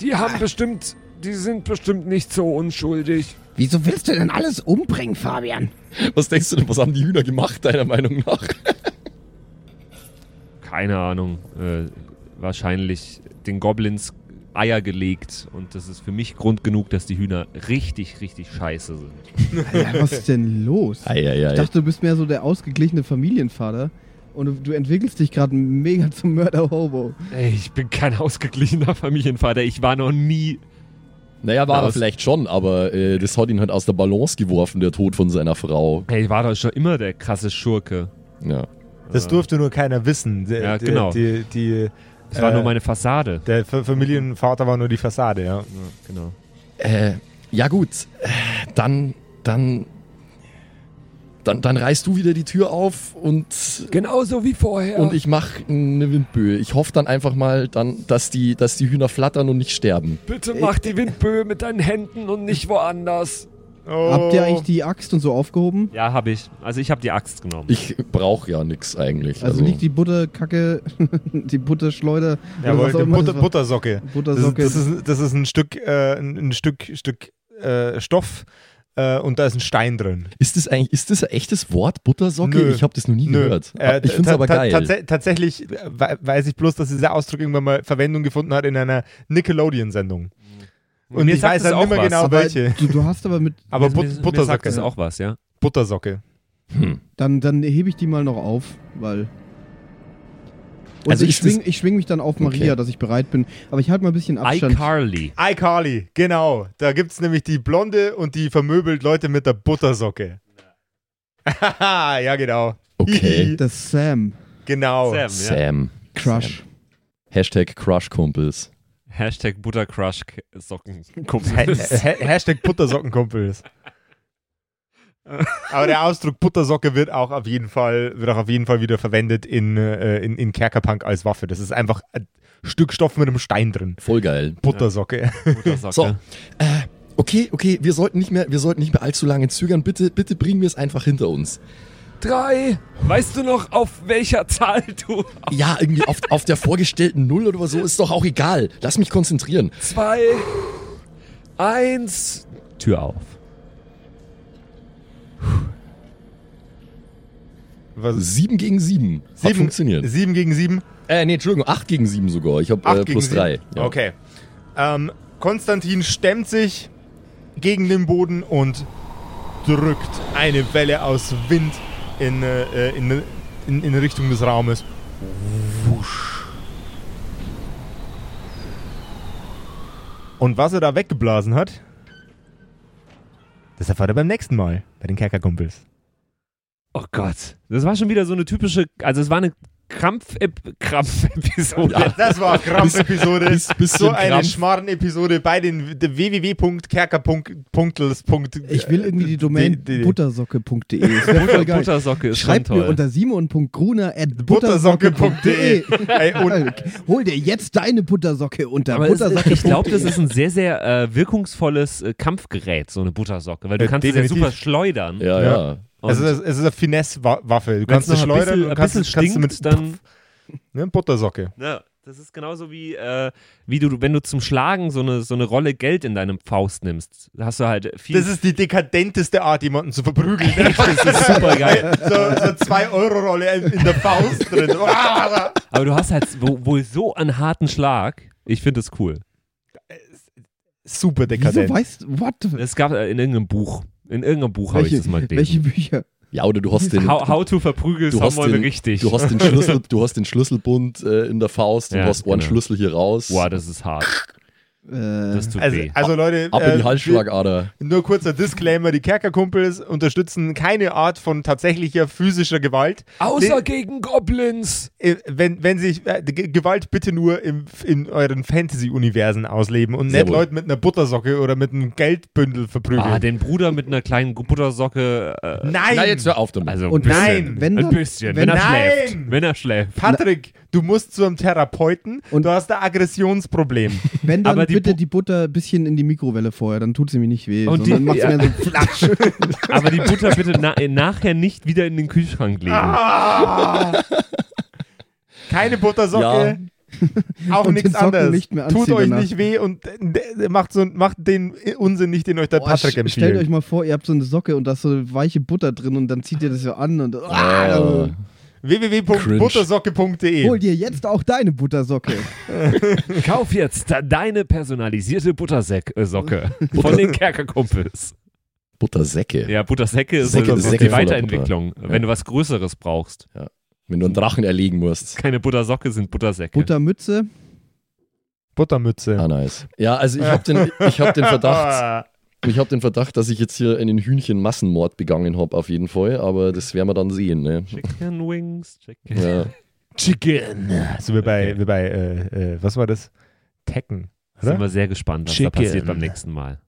[SPEAKER 2] Die
[SPEAKER 4] Ah.
[SPEAKER 2] haben bestimmt, die sind bestimmt nicht so unschuldig.
[SPEAKER 13] Wieso willst du denn alles umbringen, Fabian?
[SPEAKER 4] Was denkst du denn, was haben die Hühner gemacht, deiner Meinung nach?
[SPEAKER 5] Keine Ahnung. Äh, wahrscheinlich den Goblins Eier gelegt. Und das ist für mich Grund genug, dass die Hühner richtig, richtig scheiße sind.
[SPEAKER 3] Alter, was ist denn los?
[SPEAKER 4] Eieiei.
[SPEAKER 3] Ich dachte, du bist mehr so der ausgeglichene Familienvater und du, du entwickelst dich gerade mega zum Mörder-Hobo.
[SPEAKER 5] Ey, ich bin kein ausgeglichener Familienvater. Ich war noch nie
[SPEAKER 4] Naja, war
[SPEAKER 5] Aber
[SPEAKER 4] er
[SPEAKER 5] es-
[SPEAKER 4] vielleicht schon, aber äh, das hat ihn halt aus der Balance geworfen, der Tod von seiner Frau.
[SPEAKER 5] Hey, war doch schon immer der krasse Schurke.
[SPEAKER 4] Ja.
[SPEAKER 1] Das durfte nur keiner wissen. Die,
[SPEAKER 5] Ja,
[SPEAKER 1] die-
[SPEAKER 5] genau.
[SPEAKER 1] Die, die,
[SPEAKER 5] Das war
[SPEAKER 1] äh,
[SPEAKER 5] nur meine Fassade.
[SPEAKER 1] Der Fa- Familienvater war nur die Fassade, ja.
[SPEAKER 5] Genau.
[SPEAKER 4] Äh, ja gut, äh, dann, dann, dann, dann reißt du wieder die Tür auf und,
[SPEAKER 2] Genauso wie vorher.
[SPEAKER 4] und ich mach eine Windböe. Ich hoffe dann einfach mal, dann, dass, die, dass die Hühner flattern und nicht sterben.
[SPEAKER 2] Bitte mach die Windböe mit deinen Händen und nicht woanders.
[SPEAKER 3] Habt ihr eigentlich die Axt und so aufgehoben?
[SPEAKER 5] Ja, habe ich. Also ich habe die Axt genommen.
[SPEAKER 4] Ich brauche ja nix eigentlich.
[SPEAKER 3] Also, liegt die Butterkacke, die Butterschleuder. oder
[SPEAKER 1] Jawohl,
[SPEAKER 3] was auch
[SPEAKER 1] die
[SPEAKER 3] immer
[SPEAKER 1] Butter,
[SPEAKER 3] das war.
[SPEAKER 1] Buttersocke. Das ist,
[SPEAKER 3] Buttersocke.
[SPEAKER 1] das ist, das ist ein Stück, äh, ein, ein Stück, Stück äh, Stoff äh, und da ist ein Stein drin.
[SPEAKER 4] Ist das eigentlich, ist das ein echtes Wort, Buttersocke?
[SPEAKER 1] Nö.
[SPEAKER 4] Ich habe das noch nie gehört. Ah,
[SPEAKER 1] Äh,
[SPEAKER 4] ich finde
[SPEAKER 1] ta-
[SPEAKER 4] es aber
[SPEAKER 1] ta-
[SPEAKER 4] geil.
[SPEAKER 1] tatsä- tatsächlich äh, we- weiß ich bloß, dass dieser Ausdruck irgendwann mal Verwendung gefunden hat in einer Nickelodeon-Sendung. Und,
[SPEAKER 5] Mir
[SPEAKER 1] ich
[SPEAKER 5] sagt
[SPEAKER 1] weiß
[SPEAKER 5] das
[SPEAKER 1] dann nicht mehr
[SPEAKER 5] auch was,
[SPEAKER 1] genau
[SPEAKER 3] aber
[SPEAKER 1] welche.
[SPEAKER 3] Du, du hast aber mit.
[SPEAKER 1] Aber
[SPEAKER 5] Mir- mir-
[SPEAKER 1] But
[SPEAKER 5] mir sagt
[SPEAKER 1] Buttersocke.
[SPEAKER 5] das auch was, ja.
[SPEAKER 1] Buttersocke.
[SPEAKER 3] Dann, dann hebe ich die mal noch auf, weil. Und
[SPEAKER 4] Also
[SPEAKER 3] also ich
[SPEAKER 4] ist das-
[SPEAKER 3] schwing, ich schwing mich dann auf Maria,
[SPEAKER 4] Okay.
[SPEAKER 3] dass ich bereit bin. Aber ich halte mal ein bisschen Abstand.
[SPEAKER 5] iCarly.
[SPEAKER 1] iCarly, genau. Da gibt es nämlich die Blonde und die vermöbelt Leute mit der Buttersocke. Haha, ja, genau.
[SPEAKER 4] Okay.
[SPEAKER 3] Das Sam
[SPEAKER 1] Genau.
[SPEAKER 5] Sam, ja.
[SPEAKER 4] Sam.
[SPEAKER 3] Crush.
[SPEAKER 4] Hashtag Crush-Kumpels.
[SPEAKER 5] Hashtag Buttercrush-Socken.
[SPEAKER 1] Ha- ha- Hashtag Buttersockenkumpels. Aber der Ausdruck Buttersocke wird auch auf jeden Fall, wird auch auf jeden Fall wieder verwendet in, äh, in, in Kerkerpunk als Waffe. Das ist einfach ein Stück Stoff mit einem Stein drin.
[SPEAKER 4] Voll geil.
[SPEAKER 1] Buttersocke.
[SPEAKER 5] Buttersocke.
[SPEAKER 4] So. Äh, okay, okay, wir sollten nicht mehr, wir sollten nicht mehr allzu lange zögern. Bitte, bitte bringen wir es einfach hinter uns.
[SPEAKER 2] Drei. Weißt du noch, auf welcher Zahl du?
[SPEAKER 4] Ja, irgendwie auf, auf der vorgestellten Null oder so ist doch auch egal. Lass mich konzentrieren.
[SPEAKER 2] Zwei. Eins.
[SPEAKER 5] Tür auf.
[SPEAKER 1] Was?
[SPEAKER 4] Sieben gegen sieben. Hat funktioniert.
[SPEAKER 1] Sieben gegen sieben.
[SPEAKER 4] Äh, nee, Entschuldigung, acht gegen sieben sogar. Ich habe
[SPEAKER 1] Acht
[SPEAKER 4] äh,
[SPEAKER 1] gegen
[SPEAKER 4] plus
[SPEAKER 1] sieben.
[SPEAKER 4] drei. Ja.
[SPEAKER 1] Okay. Ähm, Konstantin stemmt sich gegen den Boden und drückt eine Welle aus Wind in, äh, in, in, in Richtung des Raumes. Wusch. Und was er da weggeblasen hat, das erfahrt er beim nächsten Mal bei den Kerkerkumpels.
[SPEAKER 5] Oh Gott. Das war schon wieder so eine typische, also es war eine Krampf-Episode. Krampf-Episode.
[SPEAKER 1] Das war Krampf-Episode.
[SPEAKER 4] Bis, bis
[SPEAKER 1] So eine Schmarren-Episode bei den www.kerker.punktels.
[SPEAKER 3] Ich will irgendwie die Domain
[SPEAKER 1] Die- die-
[SPEAKER 3] buttersocke.de. Das wäre voll geil.
[SPEAKER 5] Buttersocke ist
[SPEAKER 3] Schreibt
[SPEAKER 5] schon
[SPEAKER 3] mir
[SPEAKER 5] toll.
[SPEAKER 3] unter simon.gruner.buttersocke.de.
[SPEAKER 1] Buttersocke.de. Ey, und
[SPEAKER 3] Hol dir jetzt deine Buttersocke unter
[SPEAKER 5] aber es,
[SPEAKER 3] buttersocke.de.
[SPEAKER 5] ich glaube, das ist ein sehr, sehr äh, wirkungsvolles äh, Kampfgerät, so eine Buttersocke, weil du
[SPEAKER 1] Äh,
[SPEAKER 5] kannst es ja
[SPEAKER 1] definitiv.
[SPEAKER 5] super schleudern.
[SPEAKER 4] Ja,
[SPEAKER 1] Ja.
[SPEAKER 4] ja.
[SPEAKER 5] Und
[SPEAKER 1] es ist, es ist eine Finesse-Waffe. Du kannst
[SPEAKER 5] wenn's
[SPEAKER 1] es
[SPEAKER 5] noch ein bisschen-
[SPEAKER 1] schleudern und
[SPEAKER 5] ein
[SPEAKER 1] kannst,
[SPEAKER 5] bisschen
[SPEAKER 1] kannst du mit
[SPEAKER 5] stinkt, dann.
[SPEAKER 1] ne, Buttersocke.
[SPEAKER 5] Ja, das ist genauso wie, äh, wie du, wenn du zum Schlagen so eine, so eine Rolle Geld in deinem Faust nimmst. Da hast du halt viel.
[SPEAKER 1] Das ist die dekadenteste Art, jemanden zu verprügeln.
[SPEAKER 5] ist super geil.
[SPEAKER 1] so so zwei euro rolle in, in der Faust drin.
[SPEAKER 5] Aber du hast halt wo- wohl so einen harten Schlag. Ich finde das cool.
[SPEAKER 1] Super
[SPEAKER 3] Wieso
[SPEAKER 1] dekadent.
[SPEAKER 3] weißt du, what?
[SPEAKER 5] Das gab äh, in irgendeinem Buch. In irgendeinem Buch habe ich
[SPEAKER 3] Welche-
[SPEAKER 5] das mal gelesen.
[SPEAKER 3] Welche Bücher?
[SPEAKER 4] Ja, oder du hast den.
[SPEAKER 5] How, how to verprügeln
[SPEAKER 4] Du hast,
[SPEAKER 5] Someone
[SPEAKER 4] den,
[SPEAKER 5] richtig.
[SPEAKER 4] du hast den Schlüssel, du hast den Schlüsselbund äh, in der Faust, du
[SPEAKER 5] Ja,
[SPEAKER 4] hast einen
[SPEAKER 5] genau.
[SPEAKER 4] Schlüssel hier raus,
[SPEAKER 5] Boah, das ist hart.
[SPEAKER 3] Äh,
[SPEAKER 5] Das tut
[SPEAKER 1] Also,
[SPEAKER 5] weh.
[SPEAKER 1] also Leute,
[SPEAKER 4] ab in die
[SPEAKER 1] äh,
[SPEAKER 4] Halsschlagader.
[SPEAKER 1] Nur kurzer Disclaimer, die Kerkerkumpels unterstützen keine Art von tatsächlicher physischer Gewalt.
[SPEAKER 2] Außer
[SPEAKER 1] Nee.
[SPEAKER 2] gegen Goblins.
[SPEAKER 1] Äh, Wenn, wenn sich äh, G- Gewalt bitte nur im, in euren Fantasy-Universen ausleben und
[SPEAKER 4] Sehr
[SPEAKER 1] nicht
[SPEAKER 4] wohl.
[SPEAKER 1] Leute mit einer Buttersocke oder mit einem Geldbündel verprügeln.
[SPEAKER 5] Ah, den Bruder mit einer kleinen Buttersocke. Äh,
[SPEAKER 1] nein!
[SPEAKER 4] Na, jetzt hör auf damit.
[SPEAKER 5] also ein
[SPEAKER 3] Und
[SPEAKER 5] bisschen.
[SPEAKER 1] Nein,
[SPEAKER 3] wenn
[SPEAKER 5] ein
[SPEAKER 3] dann,
[SPEAKER 5] bisschen. Wenn,
[SPEAKER 3] wenn-
[SPEAKER 5] er
[SPEAKER 1] Nein!
[SPEAKER 5] schläft. Wenn er schläft.
[SPEAKER 1] Patrick, du musst zu einem Therapeuten und
[SPEAKER 3] Und-
[SPEAKER 1] du hast ein Aggressionsproblem.
[SPEAKER 3] wenn dann
[SPEAKER 5] aber die
[SPEAKER 3] bitte
[SPEAKER 5] Bu-
[SPEAKER 3] die Butter ein bisschen in die Mikrowelle vorher, dann tut sie mir nicht weh.
[SPEAKER 5] Und die-
[SPEAKER 3] sondern macht
[SPEAKER 5] ja.
[SPEAKER 3] mir so flatsch.
[SPEAKER 5] Aber die Butter bitte na äh, nachher nicht wieder in den Kühlschrank legen.
[SPEAKER 1] Keine Buttersocke. Auch
[SPEAKER 3] Und
[SPEAKER 1] nichts
[SPEAKER 3] den Socken
[SPEAKER 1] anderes.
[SPEAKER 3] nicht mehr
[SPEAKER 1] Tut
[SPEAKER 3] anziehen
[SPEAKER 1] euch
[SPEAKER 3] danach.
[SPEAKER 1] nicht weh und äh, macht, so, macht den Unsinn nicht, den euch der
[SPEAKER 3] Boah,
[SPEAKER 1] Patrick
[SPEAKER 3] sch- Stellt euch
[SPEAKER 1] empfiehlt.
[SPEAKER 3] mal vor, ihr habt so eine Socke und da ist so weiche Butter drin und dann zieht ihr das so an und
[SPEAKER 4] Ah,
[SPEAKER 3] ah, hol
[SPEAKER 1] www.buttersocke.de
[SPEAKER 3] dir jetzt auch deine Buttersocke.
[SPEAKER 5] Kauf jetzt da- deine personalisierte Buttersäck- äh, Socke von den Kerkerkumpels.
[SPEAKER 4] Buttersäcke.
[SPEAKER 5] Ja, Buttersäcke ist
[SPEAKER 4] Säcke-
[SPEAKER 5] so
[SPEAKER 4] Säcke
[SPEAKER 5] die
[SPEAKER 4] voller
[SPEAKER 5] Weiterentwicklung. Wenn du was Größeres brauchst.
[SPEAKER 4] Wenn du einen Drachen erlegen musst.
[SPEAKER 5] Keine Buttersocke sind Buttersäcke.
[SPEAKER 3] Buttermütze,
[SPEAKER 1] Buttermütze. Ah.
[SPEAKER 4] Ah, nice. Ja, also ich habe den, ich hab den Verdacht, ich habe den Verdacht, dass ich jetzt hier einen Hühnchenmassenmord begangen habe, auf jeden Fall. Aber das werden wir dann sehen. Ne?
[SPEAKER 5] Chicken Wings, Chicken.
[SPEAKER 4] Ja.
[SPEAKER 1] Chicken. So wie bei, wie bei äh, äh, was war das? Tekken. Oder?
[SPEAKER 5] Sind wir sehr gespannt, was da
[SPEAKER 1] Chicken.
[SPEAKER 5] passiert beim nächsten Mal.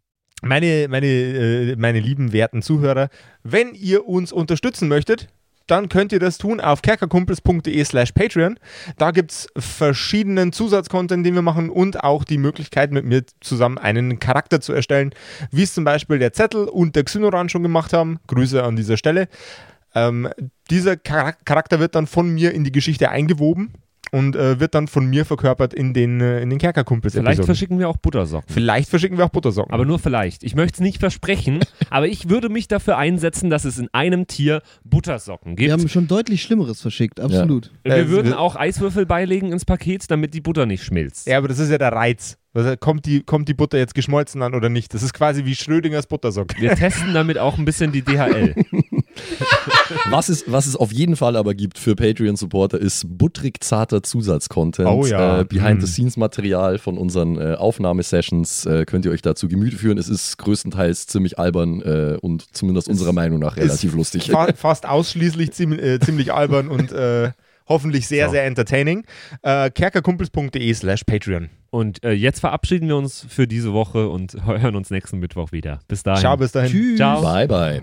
[SPEAKER 1] Meine, meine, äh, meine lieben, werten Zuhörer, wenn ihr uns unterstützen möchtet, dann könnt ihr das tun auf kerkerkumpels.de slash Patreon. Da gibt es verschiedenen Zusatzcontent, den wir machen und auch die Möglichkeit, mit mir zusammen einen Charakter zu erstellen, wie es zum Beispiel der Zettel und der Xynoran schon gemacht haben. Grüße an dieser Stelle. Ähm, dieser Charak- Charakter wird dann von mir in die Geschichte eingewoben und äh, wird dann von mir verkörpert in den, äh, in den
[SPEAKER 5] Vielleicht
[SPEAKER 1] Kerkerkumpels-Episoden.
[SPEAKER 5] verschicken wir auch Buttersocken.
[SPEAKER 1] Vielleicht verschicken wir auch Buttersocken.
[SPEAKER 5] Aber nur vielleicht. Ich möchte es nicht versprechen, aber ich würde mich dafür einsetzen, dass es in einem Tier Buttersocken gibt.
[SPEAKER 3] Wir haben schon deutlich Schlimmeres verschickt, absolut.
[SPEAKER 5] Wir
[SPEAKER 1] Äh,
[SPEAKER 5] würden
[SPEAKER 1] wir-
[SPEAKER 5] auch Eiswürfel beilegen ins Paket, damit die Butter nicht schmilzt.
[SPEAKER 1] Ja, aber das ist ja der Reiz. Also kommt, die, kommt die Butter jetzt geschmolzen an oder nicht? Das ist quasi wie Schrödingers Buttersock.
[SPEAKER 5] Wir testen damit auch ein bisschen die DHL.
[SPEAKER 4] Was, es, was es auf jeden Fall aber gibt für Patreon-Supporter ist butterig zarter Zusatzcontent.
[SPEAKER 1] Oh ja.
[SPEAKER 4] Äh,
[SPEAKER 1] Mm.
[SPEAKER 4] Behind-the-Scenes-Material von unseren äh, Aufnahmesessions äh, könnt ihr euch dazu Gemüte führen. Es ist größtenteils ziemlich albern äh, und zumindest unserer Meinung nach relativ lustig.
[SPEAKER 1] Fa fast ausschließlich ziemlich, äh, ziemlich albern und äh, hoffentlich sehr, sehr entertaining. Äh, kerkerkumpels.de slash Patreon.
[SPEAKER 5] Und äh, jetzt verabschieden wir uns für diese Woche und hören uns nächsten Mittwoch wieder. Bis dahin.
[SPEAKER 1] Ciao, bis dahin.
[SPEAKER 5] Tschüss. Ciao.
[SPEAKER 4] Bye, bye.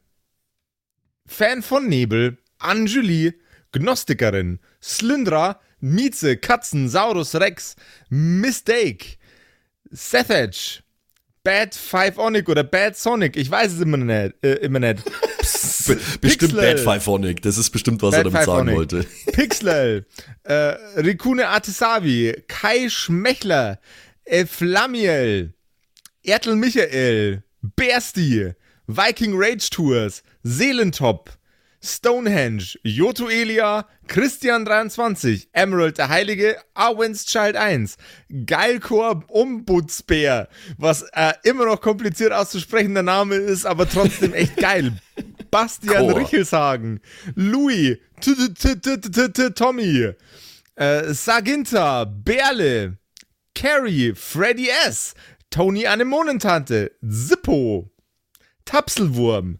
[SPEAKER 1] Fan von Nebel, Anjuli, Gnostikerin, Slyndra, Mieze, Katzen, Saurus Rex, Mistake, Sethage, Bad Five Onic oder Bad Sonic, ich weiß es immer nicht. Äh, immer nicht.
[SPEAKER 4] Be- Bestimmt
[SPEAKER 1] Pixel.
[SPEAKER 4] Bad Fiphonic. Das ist bestimmt, was
[SPEAKER 1] Bad
[SPEAKER 4] er damit sagen
[SPEAKER 1] Fiphonic.
[SPEAKER 4] wollte.
[SPEAKER 1] Pixel, äh, Rikune Artisavi, Kai Schmechler, Eflamiel, Ertel Michael, Bersti, Viking Rage Tours, Seelentop, Stonehenge, Joto Elia, Christian 23, Emerald der Heilige, Arwen's Child 1, Geilkor Umbudsbär, was äh, immer noch kompliziert auszusprechender Name ist, aber trotzdem echt geil. Bastian
[SPEAKER 4] Chor.
[SPEAKER 1] Richelshagen, Louis, T- T- T- T- T- T- Tommy, äh, Saginta, Berle, Carrie, Freddy S., Tony Anemonentante, Zippo, Tapselwurm,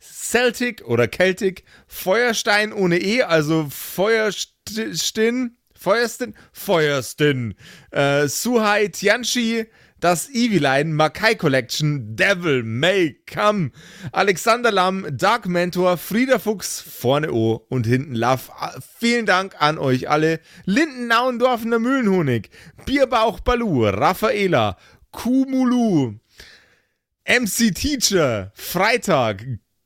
[SPEAKER 1] Celtic oder Celtic, Feuerstein ohne E, also Feuerstin, Feuerstin, Feuerstin, äh, Suhai Tianchi, das Eviline, Makai Collection, Devil May Come, Alexander Lamm, Dark Mentor, Frieda Fuchs, vorne O und hinten Love. Ah, Vielen Dank an euch alle. Lindennauendorfener Mühlenhonig, Bierbauch Balu, Raffaela, Kumulu, MC Teacher, Freitag,